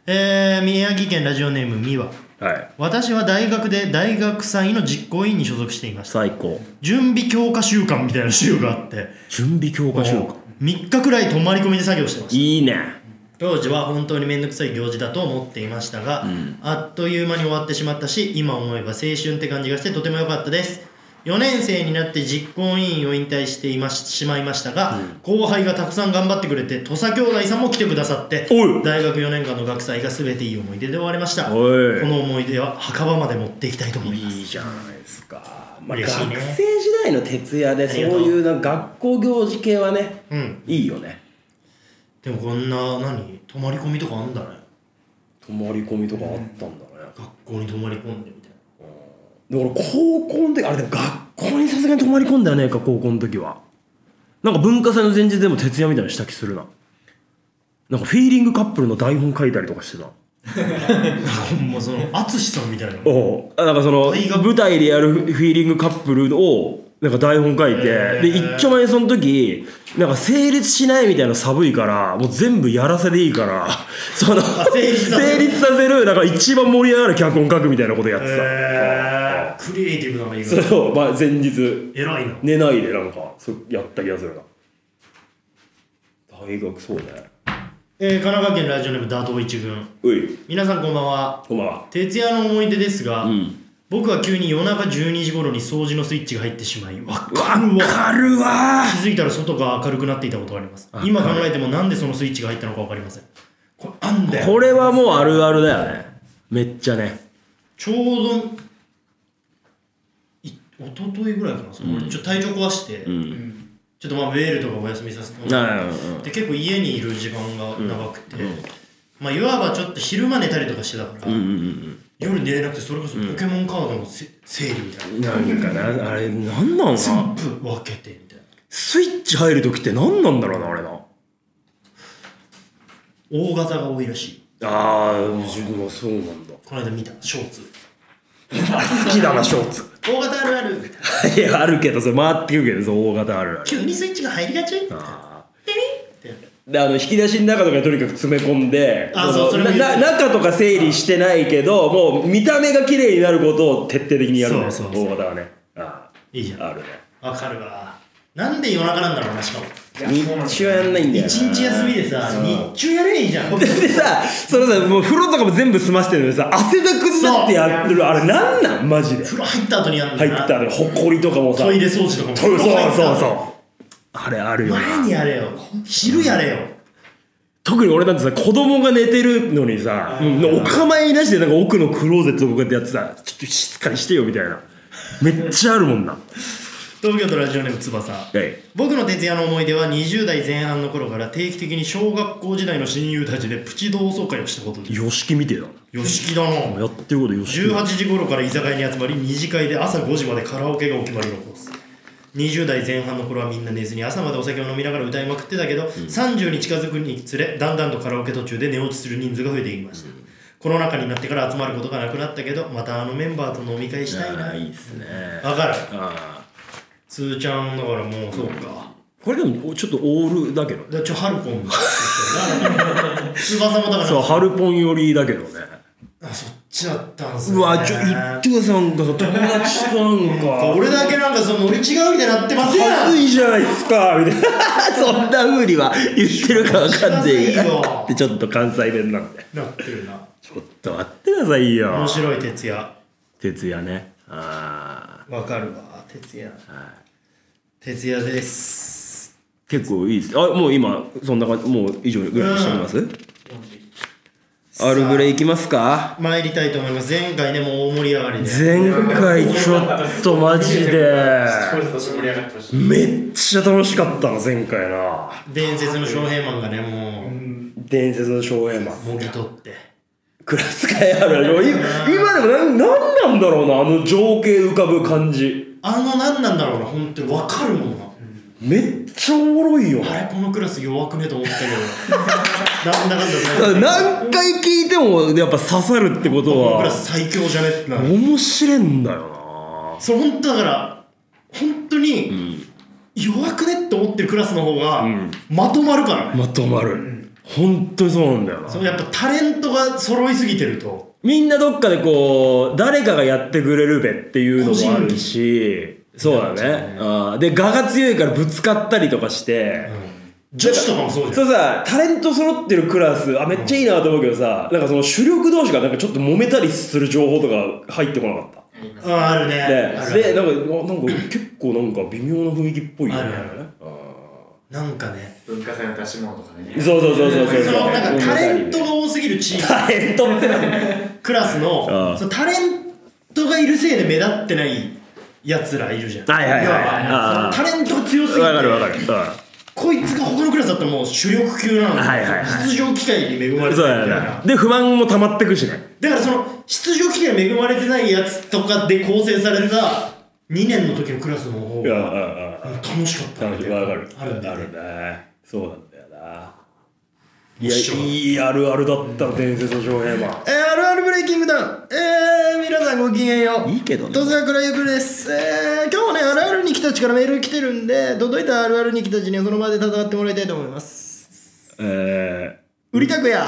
えー、宮城県ラジオネームみわうんはい私は大学で大学祭の実行委員に所属していました最高準備強化週間みたいな週があって準備強化週間3日くらい泊まり込みで作業してましたいいね当時は本当に面倒くさい行事だと思っていましたが、んあっという間に終わってしまったし今思えば青春って感じがしてとても良かったです4年生になって実行委員を引退していまししまいましたが、後輩がたくさん頑張ってくれて土佐兄弟さんも来てくださっておい大学4年間の学祭が全ていい思い出で終わりましたこおいの思い出は墓場まで持っていきたいと思いますいいじゃないですか、まあ、学嬉しい生ね時代の徹夜であそうりがとういうな学校行事系はねうんいいよねでもこんな何泊まり込みとかあんだね泊まり込みとかあったんだね、学校に泊まり込んでみたいなだから高校の時あれでも学校にさすがに泊まり込んだよねえか高校の時はなんか文化祭の前日でも徹夜みたいなのした気するななんかフィーリングカップルの台本書いたりとかしてたあほんまその淳さんみたい なあなんかその大学舞台でやるフィーリングカップルをなんか台本書いてへえで一丁前にその時なんか成立しないみたいな寒いからもう全部やらせでいいから その成立させる成立させるなんか一番盛り上がる脚本書くみたいなことやってた、へークリエイティブなのがいいそれをまあ前日偉いな寝ないでなんかそうやった気がするな大学そうねえー、神奈川県ラジオネーム打倒一軍うい皆さんこんばんはこんばんは徹夜の思い出ですが、ん僕は急に夜中12時頃に掃除のスイッチが入ってしまいわかるわかるわ気づいたら外が明るくなっていたことがあります今考えてもなんでそのスイッチが入ったのか分かりませんこれあんだよこれはもうあるあるだよねめっちゃねちょうどい一昨日ぐらいかなその俺ちょっと体調壊して、んちょっとまあウェールとかお休みさせてもらってあで結構家にいる時間が長くて、まあいわばちょっと昼間寝たりとかしてたから、うんうん夜寝れなくてそれこそポケモンカードのせ、整理みたいなうんなんかなあれなんなんな全部分けてみたいなスイッチ入る時ってなんなんだろうなあれな大型が多いらしいああ自分はそうなんだこの間見たショーツ好きだなショーツ大型あるある いやあるけどそれ回ってくるけどそう大型あるある急にスイッチが入りがちあってであの引き出しの中とかにとにかく詰め込んであのそうそれも言うなな中とか整理してないけどもう見た目が綺麗になることを徹底的にやるねそうそうそう大型はねあいいじゃんあるねわかるわなんで夜中なんだろうなしかも日中はやん ないんだよな一日休みでさそう日中やればいいじゃんででさそのさもう風呂とかも全部済ませてるのにさ汗だくになってやってるあれなんなんマジで風呂入った後にやるんだ入っなたらほこりとかもさトイレ掃除とかもそうそうそううそうあれあるよな前にやれよ昼やれよ特に俺なんてさ子供が寝てるのにさもうお構いなしでなんか奥のクローゼットとかでやってさちょっと静かにしてよみたいなめっちゃあるもんな東京都ラジオネーム翼はい僕の徹夜の思い出は20代前半の頃から定期的に小学校時代の親友たちでプチ同窓会をしたことです様式見てえだなよしきだなやってること様式18時頃から居酒屋に集まり二次会で朝5時までカラオケがお決まりのコース20代前半の頃はみんな寝ずに朝までお酒を飲みながら歌いまくってたけど、30に近づくにつれだんだんとカラオケ途中で寝落ちする人数が増えていきました、コロナ禍になってから集まることがなくなったけどまたあのメンバーと飲み会したいなあーいいっすねわかるあつーちゃんだからもうそうか、ーこれでもちょっとオールだけどだからちょハルポン翼もだから そうハルポン寄りだけどねあそっちだったんすねうわちょ言ってくださいなんかさ友達となんか俺だけなんかその俺違うみたいになってますやんいじゃないですかみたいなそんな風には言ってるかわかんねえしませんよでちょっと関西弁なんでなってるなちょっと待ってくださいよ面白い徹夜徹夜ねあわかるわ徹夜徹夜ですー結構いいですあもう今そんな感じもう以上ぐらいにしております、アールグレイいきますか参りたいと思います前回ねもう大盛り上がりで前回ちょっとマジで盛り上がってましめっちゃ楽しかったな前回な伝説の翔平マンがねも伝説の少年マうンもぎ取ってクラス会あ るあるい今でもなんなんなんだろうなあの情景浮かぶ感じあの何なんだろうな本当にわかるもんなめっちゃおもろいよあれこのクラス弱くねと思ったけ どなんだかんだ最後何回聞いてもやっぱ刺さるってことこのクラはス最強じゃねってなる面白いんだよなそれ本当だから本当うにん弱くねって思ってるクラスの方がんまとまるから、まとまる本当にそうなんだよなそうやっぱタレントが揃いすぎてるとみんなどっかでこう誰かがやってくれるべっていうのもあるしそうだねあーで我が強いからぶつかったりとかして、女子とかもそうじゃんそうさタレント揃ってるクラスあめっちゃいいなと思うけどさなんかその主力同士がなんかちょっと揉めたりする情報とか入ってこなかっああるねたあでるでなんかあなんか結構なんか微妙な雰囲気っぽいよねあるあるなんかね文化祭の出し物とかねそうそうそうそうそそうそうのなんかタレントが多すぎるチームタレントってなんだクラスうのんそのタレントがいるせいで目立ってないやつらいるじゃんはいはいはい要ああそのタレントが強すぎてわかるわかるうこいつが他のクラスだったらもう主力級なの、はいはいはい出場機会に恵まれてん そうないみたいだよなねで不満も溜まってくしねだからその出場機会に恵まれてないやつとかで構成された2年の時のクラスの方いやがあああ楽しかった楽しいわかるあるんだよねねそうなんだよない面や白いいいあるあるだったの伝説の上映はえー、あるあるブレイキングダウンえー、皆さんごきげんよういいけどね土佐倉ゆくですえー、今日もねあるあるに来たちからメール来てるんで届いたあるあるに来たちにはその場で戦ってもらいたいと思いますえ売りたくや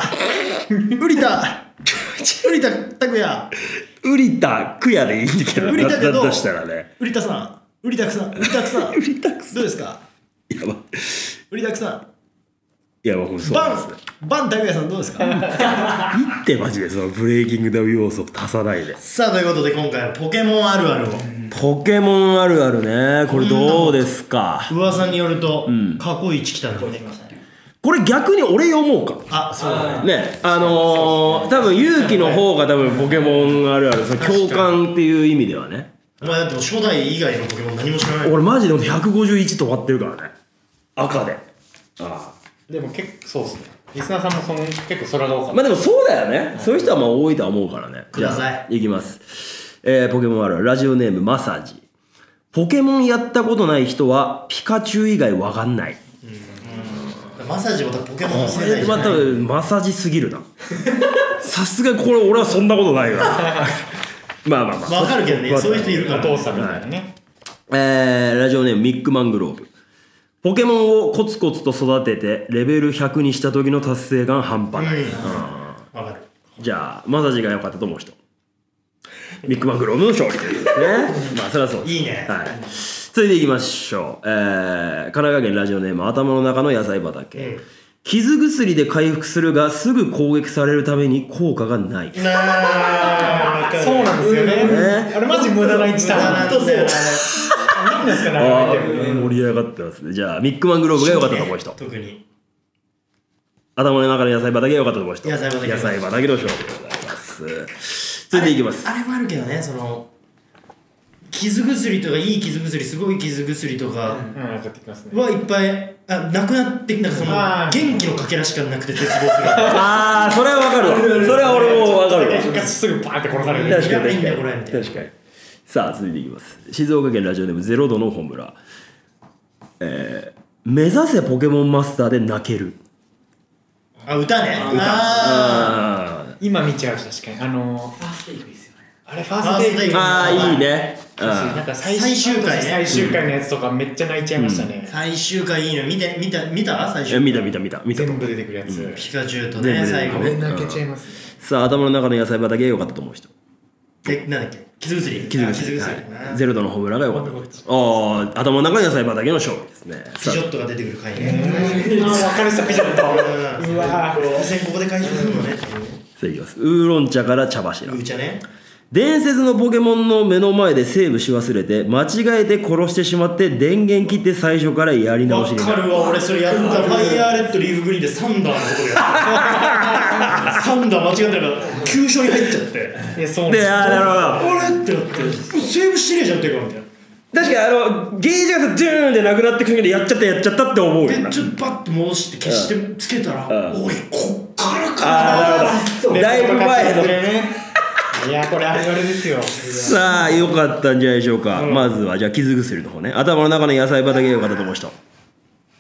売り た売りたたくやー、ウリタクヤでいいけどウリタけどだとしたらね売りたさん売りたくさん売りたく さんウリタクどうですかやば売りたくさいやもうほんとんそうバなんですねンバンたくやさんどうですかいいってマジでそのブレイキングダウン要素を足さない でさあということで今回はポケモンあるあるをポケモンあるあるねこれどうですか噂によると、ん過去一来たんだこれできましたねこれ逆に俺読もうかあそうだねねあのー、多分勇気の方が多分ポケモンあるあるその共感っていう意味ではねお前だって初代以外のポケモン何も知らない俺マジでほんと151止まってるからね赤であでも結構そうっすねリスナーさんもその結構それが多かあったまあでもそうだよねそういう人はまあ多いとは思うからねくださいじゃあいきます、えーポケモンあるあるラジオネームマサジポケモンやったことない人はピカチュウ以外わかんないマサジも多分ポケモンのこ世代れじゃまないたマサジす ぎるなさすがにこれ俺はそんなことないからまあまあまあわかるけどねそういう人いるかおら父さんみたいなねえーラジオネームミックマングローブポケモンをコツコツと育ててレベル100にした時の達成感半端ない、うんわかるじゃあマサジが良かったと思う 人ミックマングローブの勝利ということですねまあそりゃそうですいいねはい、続いていきましょう、えー神奈川県ラジオネーム頭の中の野菜畑、傷薬で回復するがすぐ攻撃されるために効果がない、ね、なあそうなんですよね。あれマジ無駄な一無駄だななんですよねんですかね、ああれ見てー盛り上がってますねじゃあミックマングローブが良かったと思う人特に頭の中の野菜畑が良かったと思う人野菜畑野菜畑の勝負でございます続いていきますあれもあるけどねその傷薬とかいい傷薬すごい傷薬とかうん、上がってきますね。はいっぱいあなくなってなんかそのあー元気のかけらしかなくて絶望すああそれはわかるわそれは俺もわかるわ一回すぐバーンって殺される。確かいらないにんだよこれみ確たかいに確かにさあ続いていきます静岡県ラジオネームゼロ度の本村えー目指せポケモンマスターで泣けるるあ歌ねああ今見ちゃうし、確かに。あのー、ファーストテイクいいっすよね。あれファーストデイファーストテイークあーいいねあなんか最最終回ね最終回のやつとかめっちゃ泣いちゃいましたーね。最終回いいの見て見た見た最終見た見た見た見た全部出てくるやつ。ピカチュウと全ね部出て最く後るあれ泣けちゃいますね。さあ頭の中の野菜畑が良かったと思う人でなんだっけ傷薬傷あ口薬はいゼロ度の本村が良かったと思う人ああ頭の中の野菜畑の勝利ですねピさジョあットが出てくる回あねー、分かる人、ピジョット。うわー。予選ここで回収するのねっていう次いきますウーロン茶から茶柱うーちゃね伝説のポケモンの目の前でセーブし忘れて間違えて殺してしまって電源切って最初からやり直わしにかなるるわ俺それやったファイヤーレッドリーフグリーンでサンダーのことやったサンダー間違ってたから急所に入っちゃっていや、そうなんであーなるほあどれってなってもうセーブしてねえじゃんっていうかみたいな確かにあのゲージがさドゥーンでなくなってくるけどやっちゃったやっちゃったって思うよなでちょっとパッと戻して消してつけたらうんおいこっからあーなかるほどねだいぶ前のこの形ですねいや、これあれあれですよ。さあよかったんじゃないでしょうか、まずはじゃあ傷薬の方ね頭の中の野菜畑が良かったと思う人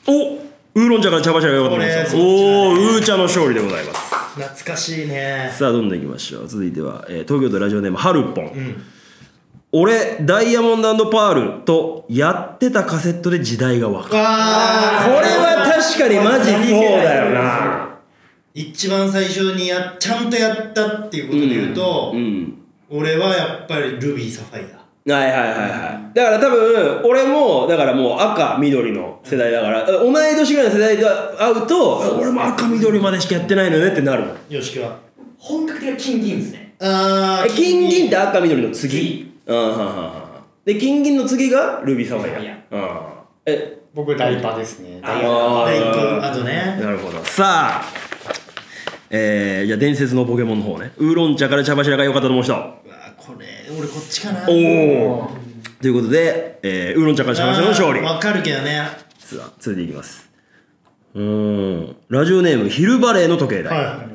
おウーロン茶から茶柱が良かったと思こう人れおおーウー茶の勝利でございますな懐かしいねさあどんどんいきましょう続いては、えー東京都ラジオネームはるぽん、俺ダイヤモンドパールとやってたカセットで時代がわかるこああれは確かにマジそうだよな一番最初にやちゃんとやったっていうことで言うと、うん俺はやっぱりルビーサファイアはいはいはいはいだから多分俺もだからもう赤緑の世代だから同い年ぐらいの世代で会うと俺も赤緑までしかやってないのねってなるもんよしきは本格的な金銀ですね。あえー金銀って赤緑の次次うんうんうんうんで金銀の次がルビーサファイアサうんえ僕、ダイパーですね。ああ第一ー個あとねなるほどさあえー、じゃあ伝説のポケモンの方ねウーロン茶から茶柱が良かったと思う人うわーこれ俺こっちかなおおおということで、えー、ウーロン茶から茶柱の勝利わかるけどねさあ続いていきますうーんラジオネーム昼バレーの時計台、はい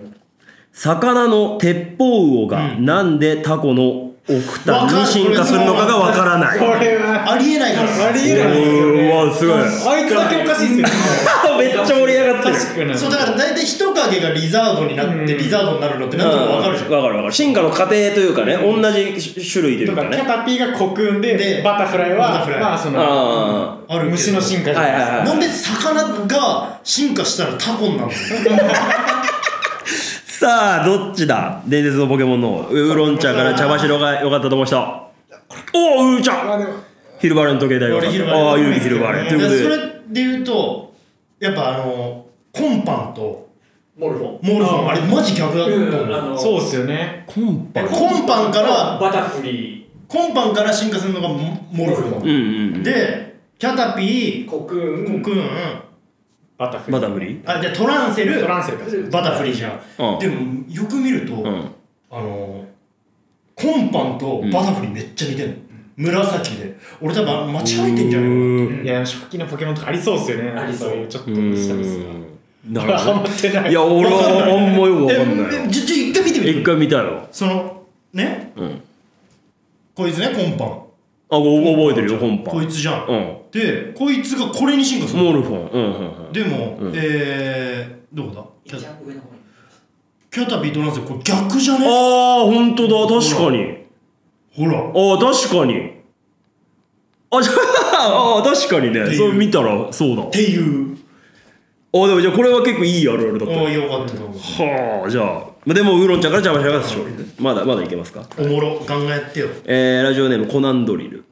魚の鉄砲魚がなんでタコの奥多に進化するのかがわからないこれは。ありえないからありえないですようね。わすごいあいつだけおかしいっすよね。めっちゃ盛り上がってる確か に。そうだから大体人影がリザードになってリザードになるのってなんとかわかるじゃんわかるわかる進化の過程というかね、同じ種類というだかからキャねタピーがコクーンででバタフライバタはフライまあそあのーある虫の進化じゃはいないはでいすか。はいなんで魚が進化したらタコに なるのさあどっちだ伝説のポケモンのウーロン茶から茶柱が良かったと思う人おおウーまあ茶でも昼バレの時計だよ俺昼バレああ勇気昼バレといういやそことでれで言うとやっぱあのコンパンとモルフォン。モルフォンあれマジ逆だと思うあのそうっすよね。コンパコンパンからバタフリコンパンから進化するのがモモルフォン、うんうんうんでキャタピーー、コクーコン、クーンバタフまライ。だ無理あじゃあトランセルトランセルか。バタフリーじゃん、うんでもよく見ると、うんあのコンパンとバタフリーめっちゃ似てる、紫で俺多分間違えてんじゃないかなうんいや初期のポケモンとかありそうっすよね。ありそうなんかいちょっとうしたミスんなが。るハほマってなどい。いや俺はあんまよくわかんないええちょちょ一回見てみ一て回見たよそのねうんこいつねコンパンあ覚えてるよコンパこいつじゃん、うんでこいつがこれに進化するモルフォンうんうんうんでも、うんえー、どこだキ一ャ番上の方に。キャタピーとなんせこれ逆じゃあねあ本当だ確かにほらああ確かにあじゃああー確かにっていねうそれ見たらそうだあっていうーでもじゃあこれは結構いいあるあるだったおーよかったと思うはあじゃあまでもウーロン茶から茶柱が勝利まだまだいけますかおもろ考えてよえー、ラジオネームコナンドリル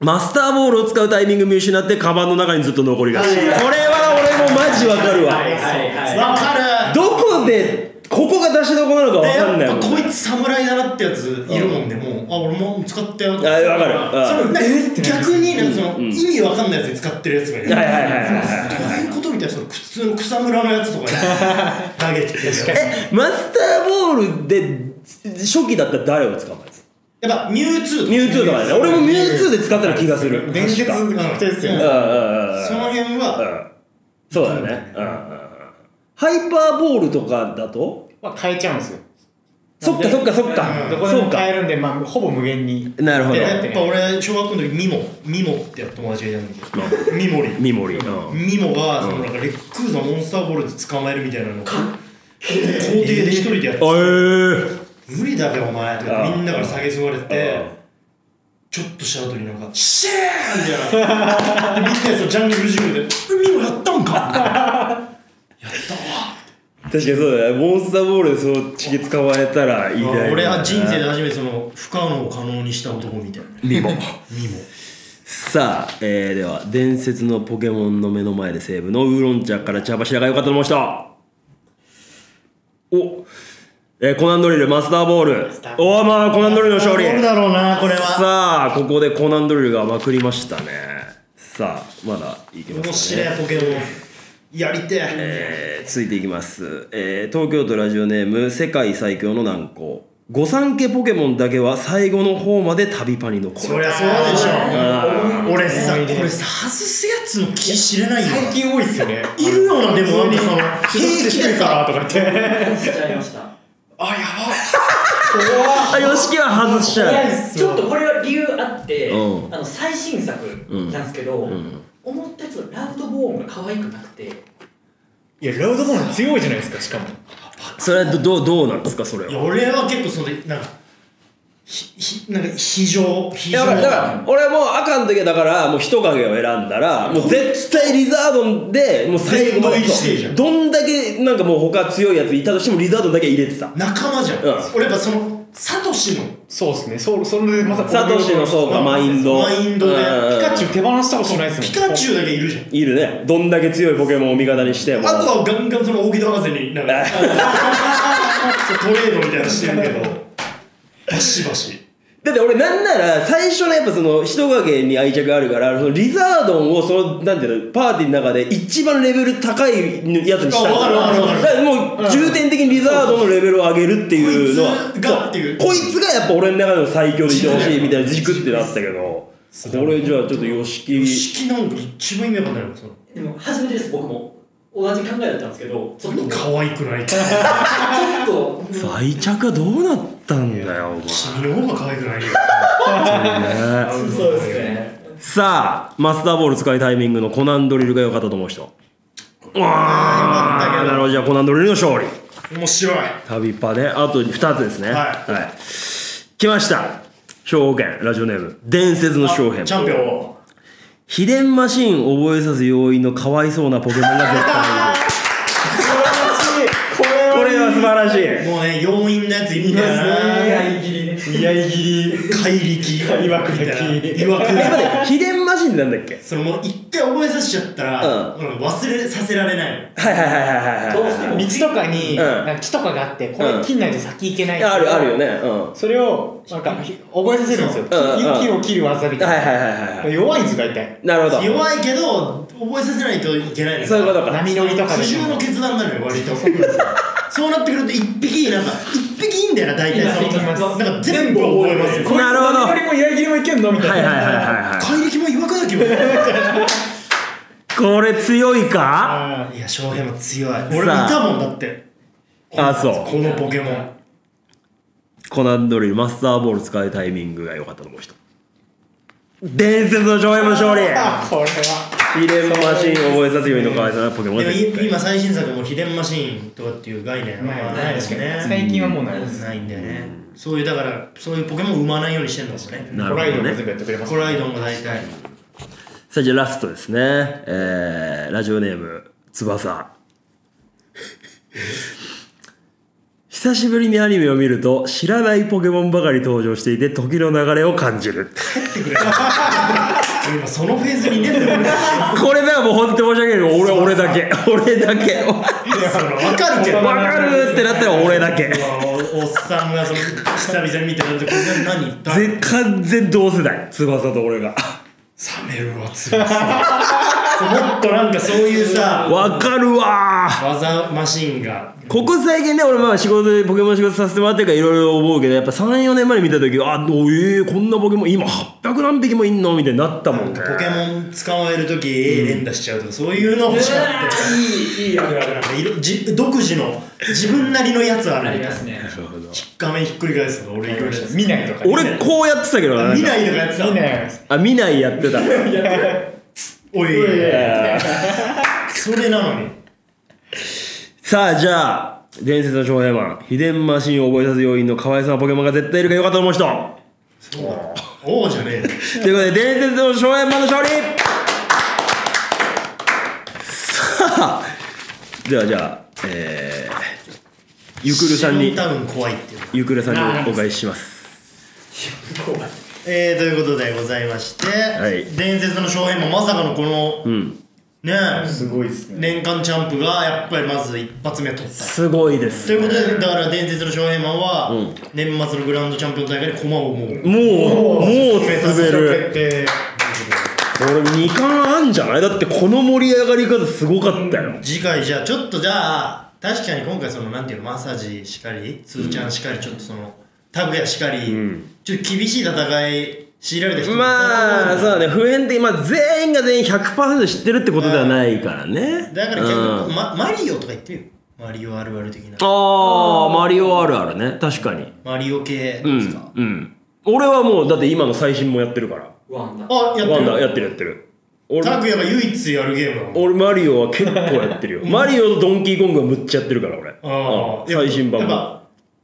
マスターボールを使うタイミング見失ってカバンの中にずっと残りがちこれは俺もマジわかるわはいはいはいわかるどこでここが出しどこなのかわでかんないやもっんぱこいつ侍だなってやついるもんで、もうあ俺も使ったよあわかるあそのえってなる逆になんかその、うんうん意味わかんないやつで使ってるやつがいる、はいはいはいはいはいどういうことみたいなその普通の草むらのやつとか投げてるえマスターボールで初期だったら誰を使うかですやっぱミュウツーとかミュウツーとかだね俺もミュウツーで使ったような気がする伝説確かの人ですようんね。うんうんその辺うはんそうだねうんうんうんハイパーボールとかだとは変えちゃうんですよ。そっかそっかそっかどこでそうもか変えるんで、まあ、ほぼ無限に。なるほでどやっぱ俺小学校の時ミモミモってやった友達がいたんだけどミモリミモリうんミモがそのなんかレックーザモンスターボールで捕まえるみたいなのを校庭で一人でやってあえ無理だべお前とかあーみんなから蔑まれてえてちょっとした後になんか「シェーン!」みたいなでみんなそのジャングルジムで「ミモやったんか!」みたいなやったわ確かにそうだねモンスターボールでそっちで使われたらいいね俺は人生で初めてその不可能を可能にした男みたいな ミモミモさあ、えー、では伝説のポケモンの目の前でセーブのウーロン茶から茶柱が良かったと思う人おえー、コナンドリルマスターボールおおまあコナンドリルの勝利どうだろうなこれはさあここでコナンドリルがまくりましたねさあまだいきますかね面白いポケモンやりてええー続いていきます、えー東京都ラジオネーム世界最強の難攻御三家ポケモンだけは最後の方まで旅パに残るそりゃそうでしあょ俺さ思い出これさ外すやつの気知れないよ最近多いっすよね。いるよなでもなんかその平平気気ででささ、とか言って。しちゃいましたあよしきは外しちいゃうやちょっとこれは理由あって、うんあの最新作なんですけど、ん思ったやつのラウドボーンが可愛くなくていや、ロードボーン強いじゃないですか、しかも。それはどどうどうなんですかそれはいや俺は結構そのなんかひひなんか非常非い常やだからだから俺もう赤の時はだからもう人影を選んだらもう絶対リザードンでもう最後ま殿堂で入りしてるじゃんどんだけなんかもう他強いやついたとしてもリザードンだけ入れてた仲間じゃん、うん俺やっぱそのサトシのそうですね。そう、それでまた、サトシのそうかマインドマインドでうんピカチュウ手放したことないですもん。ピカチュュウだけいるじゃんいるねどんだけ強いポケモンを味方にしてもあとはガンガンその大木戸博士になんかそうトレードみたいなのしてるけどバシバシだって俺なんなら最初のやっぱその人影に愛着があるからそのリザードンをそのなんていうのパーティーの中で一番レベル高いやつにしたあわかるわかるわかるだからもう重点的にリザードンのレベルを上げるっていうのはこいつがっていうそこいつがやっぱ俺の中での最強でいてほしいみたいな軸ってなったけどこれじゃあちょっと吉木式なんか一番意味わかんないのそのでも初めてです僕も同じ考えだったんですけどちょっとちょ可愛くないってっと愛着はどうなったんだよお前君の方が可愛くないよそうですねさあマスターボール使いタイミングのコナンドリルが良かったと思う人うわよかったけあどなるほどじゃあコナンドリルの勝利面白い旅パであと2つですねはい来ました兵庫県ラジオネーム伝説の将兵チャンピオン秘伝マシン覚えさす要因のかわいそうなポケモンが絶対いるこれは素晴らしいもうね要因のやついるんだよなイギリウ。いやいぎり。怪力いわくだきいわくえ待っだきて秘伝マシンってなんだっけそのもう一回覚えさせちゃったら、うもう忘れさせられないはいはいはいはいはいどうはしても道とかに、んなんか木とかがあって、こうんれ切んないと先行けないい。やあるあるよ。ねうんそれを、なんか、覚えさせるんですよ。うんうんうん木を切る技みはいはいはたいいはいはな。弱いんですよ、大体。いなるほどの弱いけど覚えさせないといけないのそういうことか波乗りとかで苦渋の決断なのよ割と そうなってくると一匹なんか一匹いいんだよな大体そいますいのますなんか全部覚えますよなるほどこれもやりぎりもいけんのみたはいいな。はいはいはいは怪力もいわくだきもいいこれ強いかあや翔平も強い俺見たもんだってあそうこのポケモンコナンドリルマスターボール使うタイミングが良かったと思う人伝説の上演の勝利ーこれは。ヒレマシン覚えさせよいのかわいさなポケモンでもが絶い対今最新作も秘伝マシーンとかっていう概念はないですね最近はもうないです。ないんだよねそういうだからそういうポケモンを生まないようにしてんだもんねなコライるドほどもね全部やってくれます。コライドンが大体さあじゃあラストですねえー、ラジオネーム翼久しぶりにアニメを見ると知らないポケモンばかり登場していて時の流れを感じる今そのフェーズにねえんだ よこれだもう本当に申し訳ないけど俺俺だけ俺 だけいやその分かるけどわかるってなったら俺だけうわおおっさんがその久々に見てなんてこれ何言ったぜ完全同世代翼と俺が冷めるわつら さもっとなんかそういうさわかるわー技マシンがここ最近ね俺まあ仕事でポケモン仕事させてもらってるからいろいろ思うけどやっぱ34年前に見た時はあおえー、こんなポケモン今800何匹もいんのみたいになったもんねポケモン捕まえる時連打しちゃうとかそういうの欲しかったよいいいいあるあるなんかいろじ独自の自分なりのやつああるりみたいまなすねなるほど画面ひっくり返すの俺いろいろやつ見ないとかね、俺こうやってたけどな見ないとかやってた見ないですあ見ないやってた おい それなのにさあじゃあ伝説の少年マン秘伝マシンを覚えさせる要因の可愛さのポケモンが絶対いるからよかったと 思う人そうだおおじゃねえよということで伝説の少年マンの勝利さあではじゃあえー、ゆくるさんシにノンタウン怖いっていうゆくるさんにお返ししますえー、ということでございまして、い伝説の少年もまさかのこの、んねすごいですね年間チャンプがやっぱりまず一発目取ったすごいですということでだから伝説の少年マンは、うん年末のグランドチャンピオン大会で駒をもうもうもう滑る決定これ2冠あんじゃないだってこの盛り上がり方すごかったよ次回じゃあちょっとじゃあ確かに今回そのなんていうのマッサージしかりつーちゃんしかりちょっとそのタグヤしかり、んちょっと厳しい戦い強いられた人もいたまあそうだね普遍的まあ全員が全員100%知ってるってことではないからねだから結うん構、ま、マリオとか言ってるよマリオあるある的なああマリオあるあるね確かにマリオ系うですか、んうん俺はもうだって今の最新もやってるからワンダあやってるワンダやってるやってる俺拓也が唯一やるゲームだもん俺マリオは結構やってるよマリオとドンキーコングはむっちゃやってるから俺ああうん最新版やっもぱ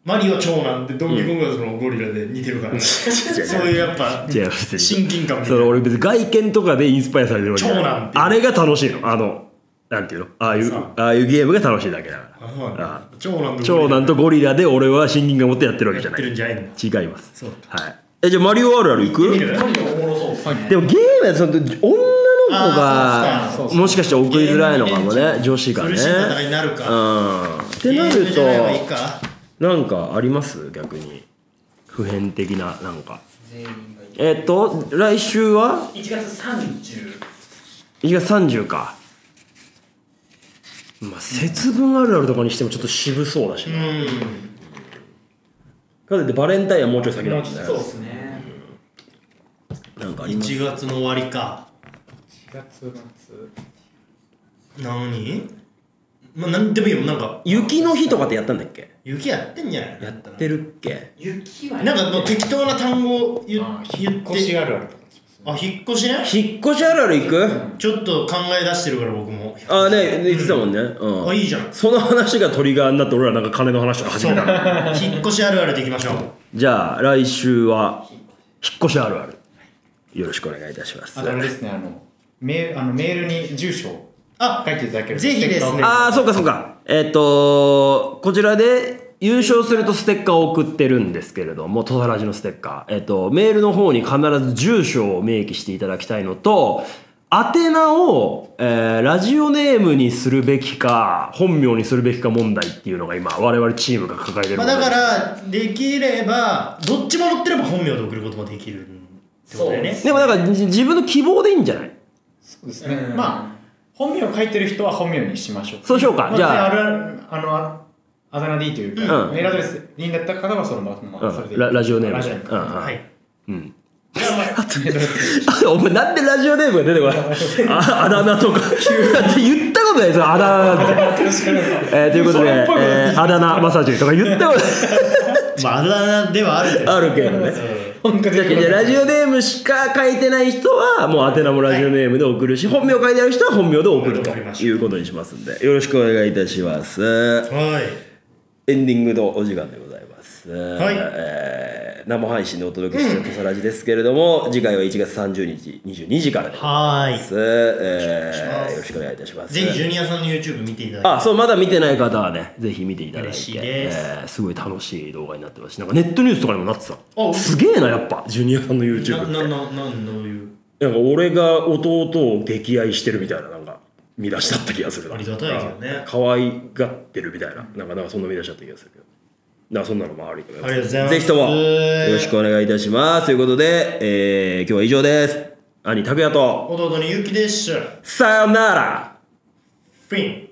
マリオ長男でドンキーコングはそのゴリラで似てるから、 そういうやっぱ違う別に親近感みたそいれな俺別に外見とかでインスパイアされてるわけじゃない長男っていうあれが楽しいのあのなんていうのああいうさああいうゲームが楽しいだけだかあそうなんあだ長男らで長男とゴリラで俺は親近感持ってやってるわけじやゃっなているんじゃないの違いますそうはいえじゃあマリオあるある行く見るマリオおもろそうですねでもゲームはその女の子あがーそうそうそうもしかしたら送りづらいのかもゲームね女子がね苦しい戦いになるかうんってゲーなムるじゃない方がいいとかなんかあります逆に普遍的ななんか全員がいいえっと来週は1月30 1月30かまあ節分あるあるとかにしてもちょっと渋そうだしうな、んかといってバレンタインはもうちょい先だもんねそうですねなんかあります1月の終わりか4月末何まあ何でもいいよなんか雪の日とかってやったんだっけ雪やってんじゃないやってるっけ雪はなんかもう適当な単語言あっ引言っっ越してあるあるとかしますあ引っ越しね引っ越しあるある行くちょっと考え出してるから僕もああね言ってたもんねうんあいいじゃんその話がトリガーになって俺らなんか金の話とか始そうめたの引っ越しあるあるでいきましょうじゃあ来週は引っ越しあるあるよろしくお願いいたしますあとあれですねあのメーあのメールに住所をあ書いていただけるとぜひですねステッカーを送るああそうかそうかえっ、とこちらで優勝するとステッカーを送ってるんですけれども土佐ラジのステッカー、えっとメールの方に必ず住所を明記していただきたいのと宛名を、えーラジオネームにするべきか本名にするべきか問題っていうのが今我々チームが抱えてるまあ、問題だからできればどっちも乗ってれば本名で送ることもできるってことだよねでもだからじ自分の希望でいいんじゃないそうですね、うんまあ本名を書いてる人は本名にしましょうそうしようかまあじゃあ別にあるあるあのああだ名でいいというか、うんメールアドレスになった方はそのまま、うんそれでいいララジオネームラでジオうネームんうんはいうんじゃあまああ お前なんでラジオネームが出てこないああだ名とかだって言ったことないですよあだ名なんてえー、ということで、えー、あだ名マサジュとか言ったことまああだ名ではあるけど あるけどね。本格じゃあ的じゃあラジオネームしか書いてない人はもう宛名もラジオネームで送るし、本名書いてある人は本名で送るとわかりましたいうことにしますんでよろしくお願いいたします。はいエンディングのお時間でございます。いえー生配信でお届けした土佐ラジですけれども、次回は1月30日22時からでございはまーす、いえーよろしくお願いいたしますい。ぜひジュニアさんの YouTube 見ていただいあそうまだ見てない方はねぜひ見ていただいて嬉しいですえーすごい楽しい動画になってますしなんかネットニュースとかにもなってたて。すげえなやっぱジュニアさんのあ、な、 YouTube な、っな、てなんのいう。なんか俺が弟を溺愛してるみたいななんか見出しだった気がするなありがたいけどね可愛がってるみたいななんかなんかそんな見出しだった気がするけどだからそんなのもありでありがとうございますぜひともよろしくお願いいたしますということで、えー今日は以上です兄拓也と弟のゆうきでした。さよならフィン。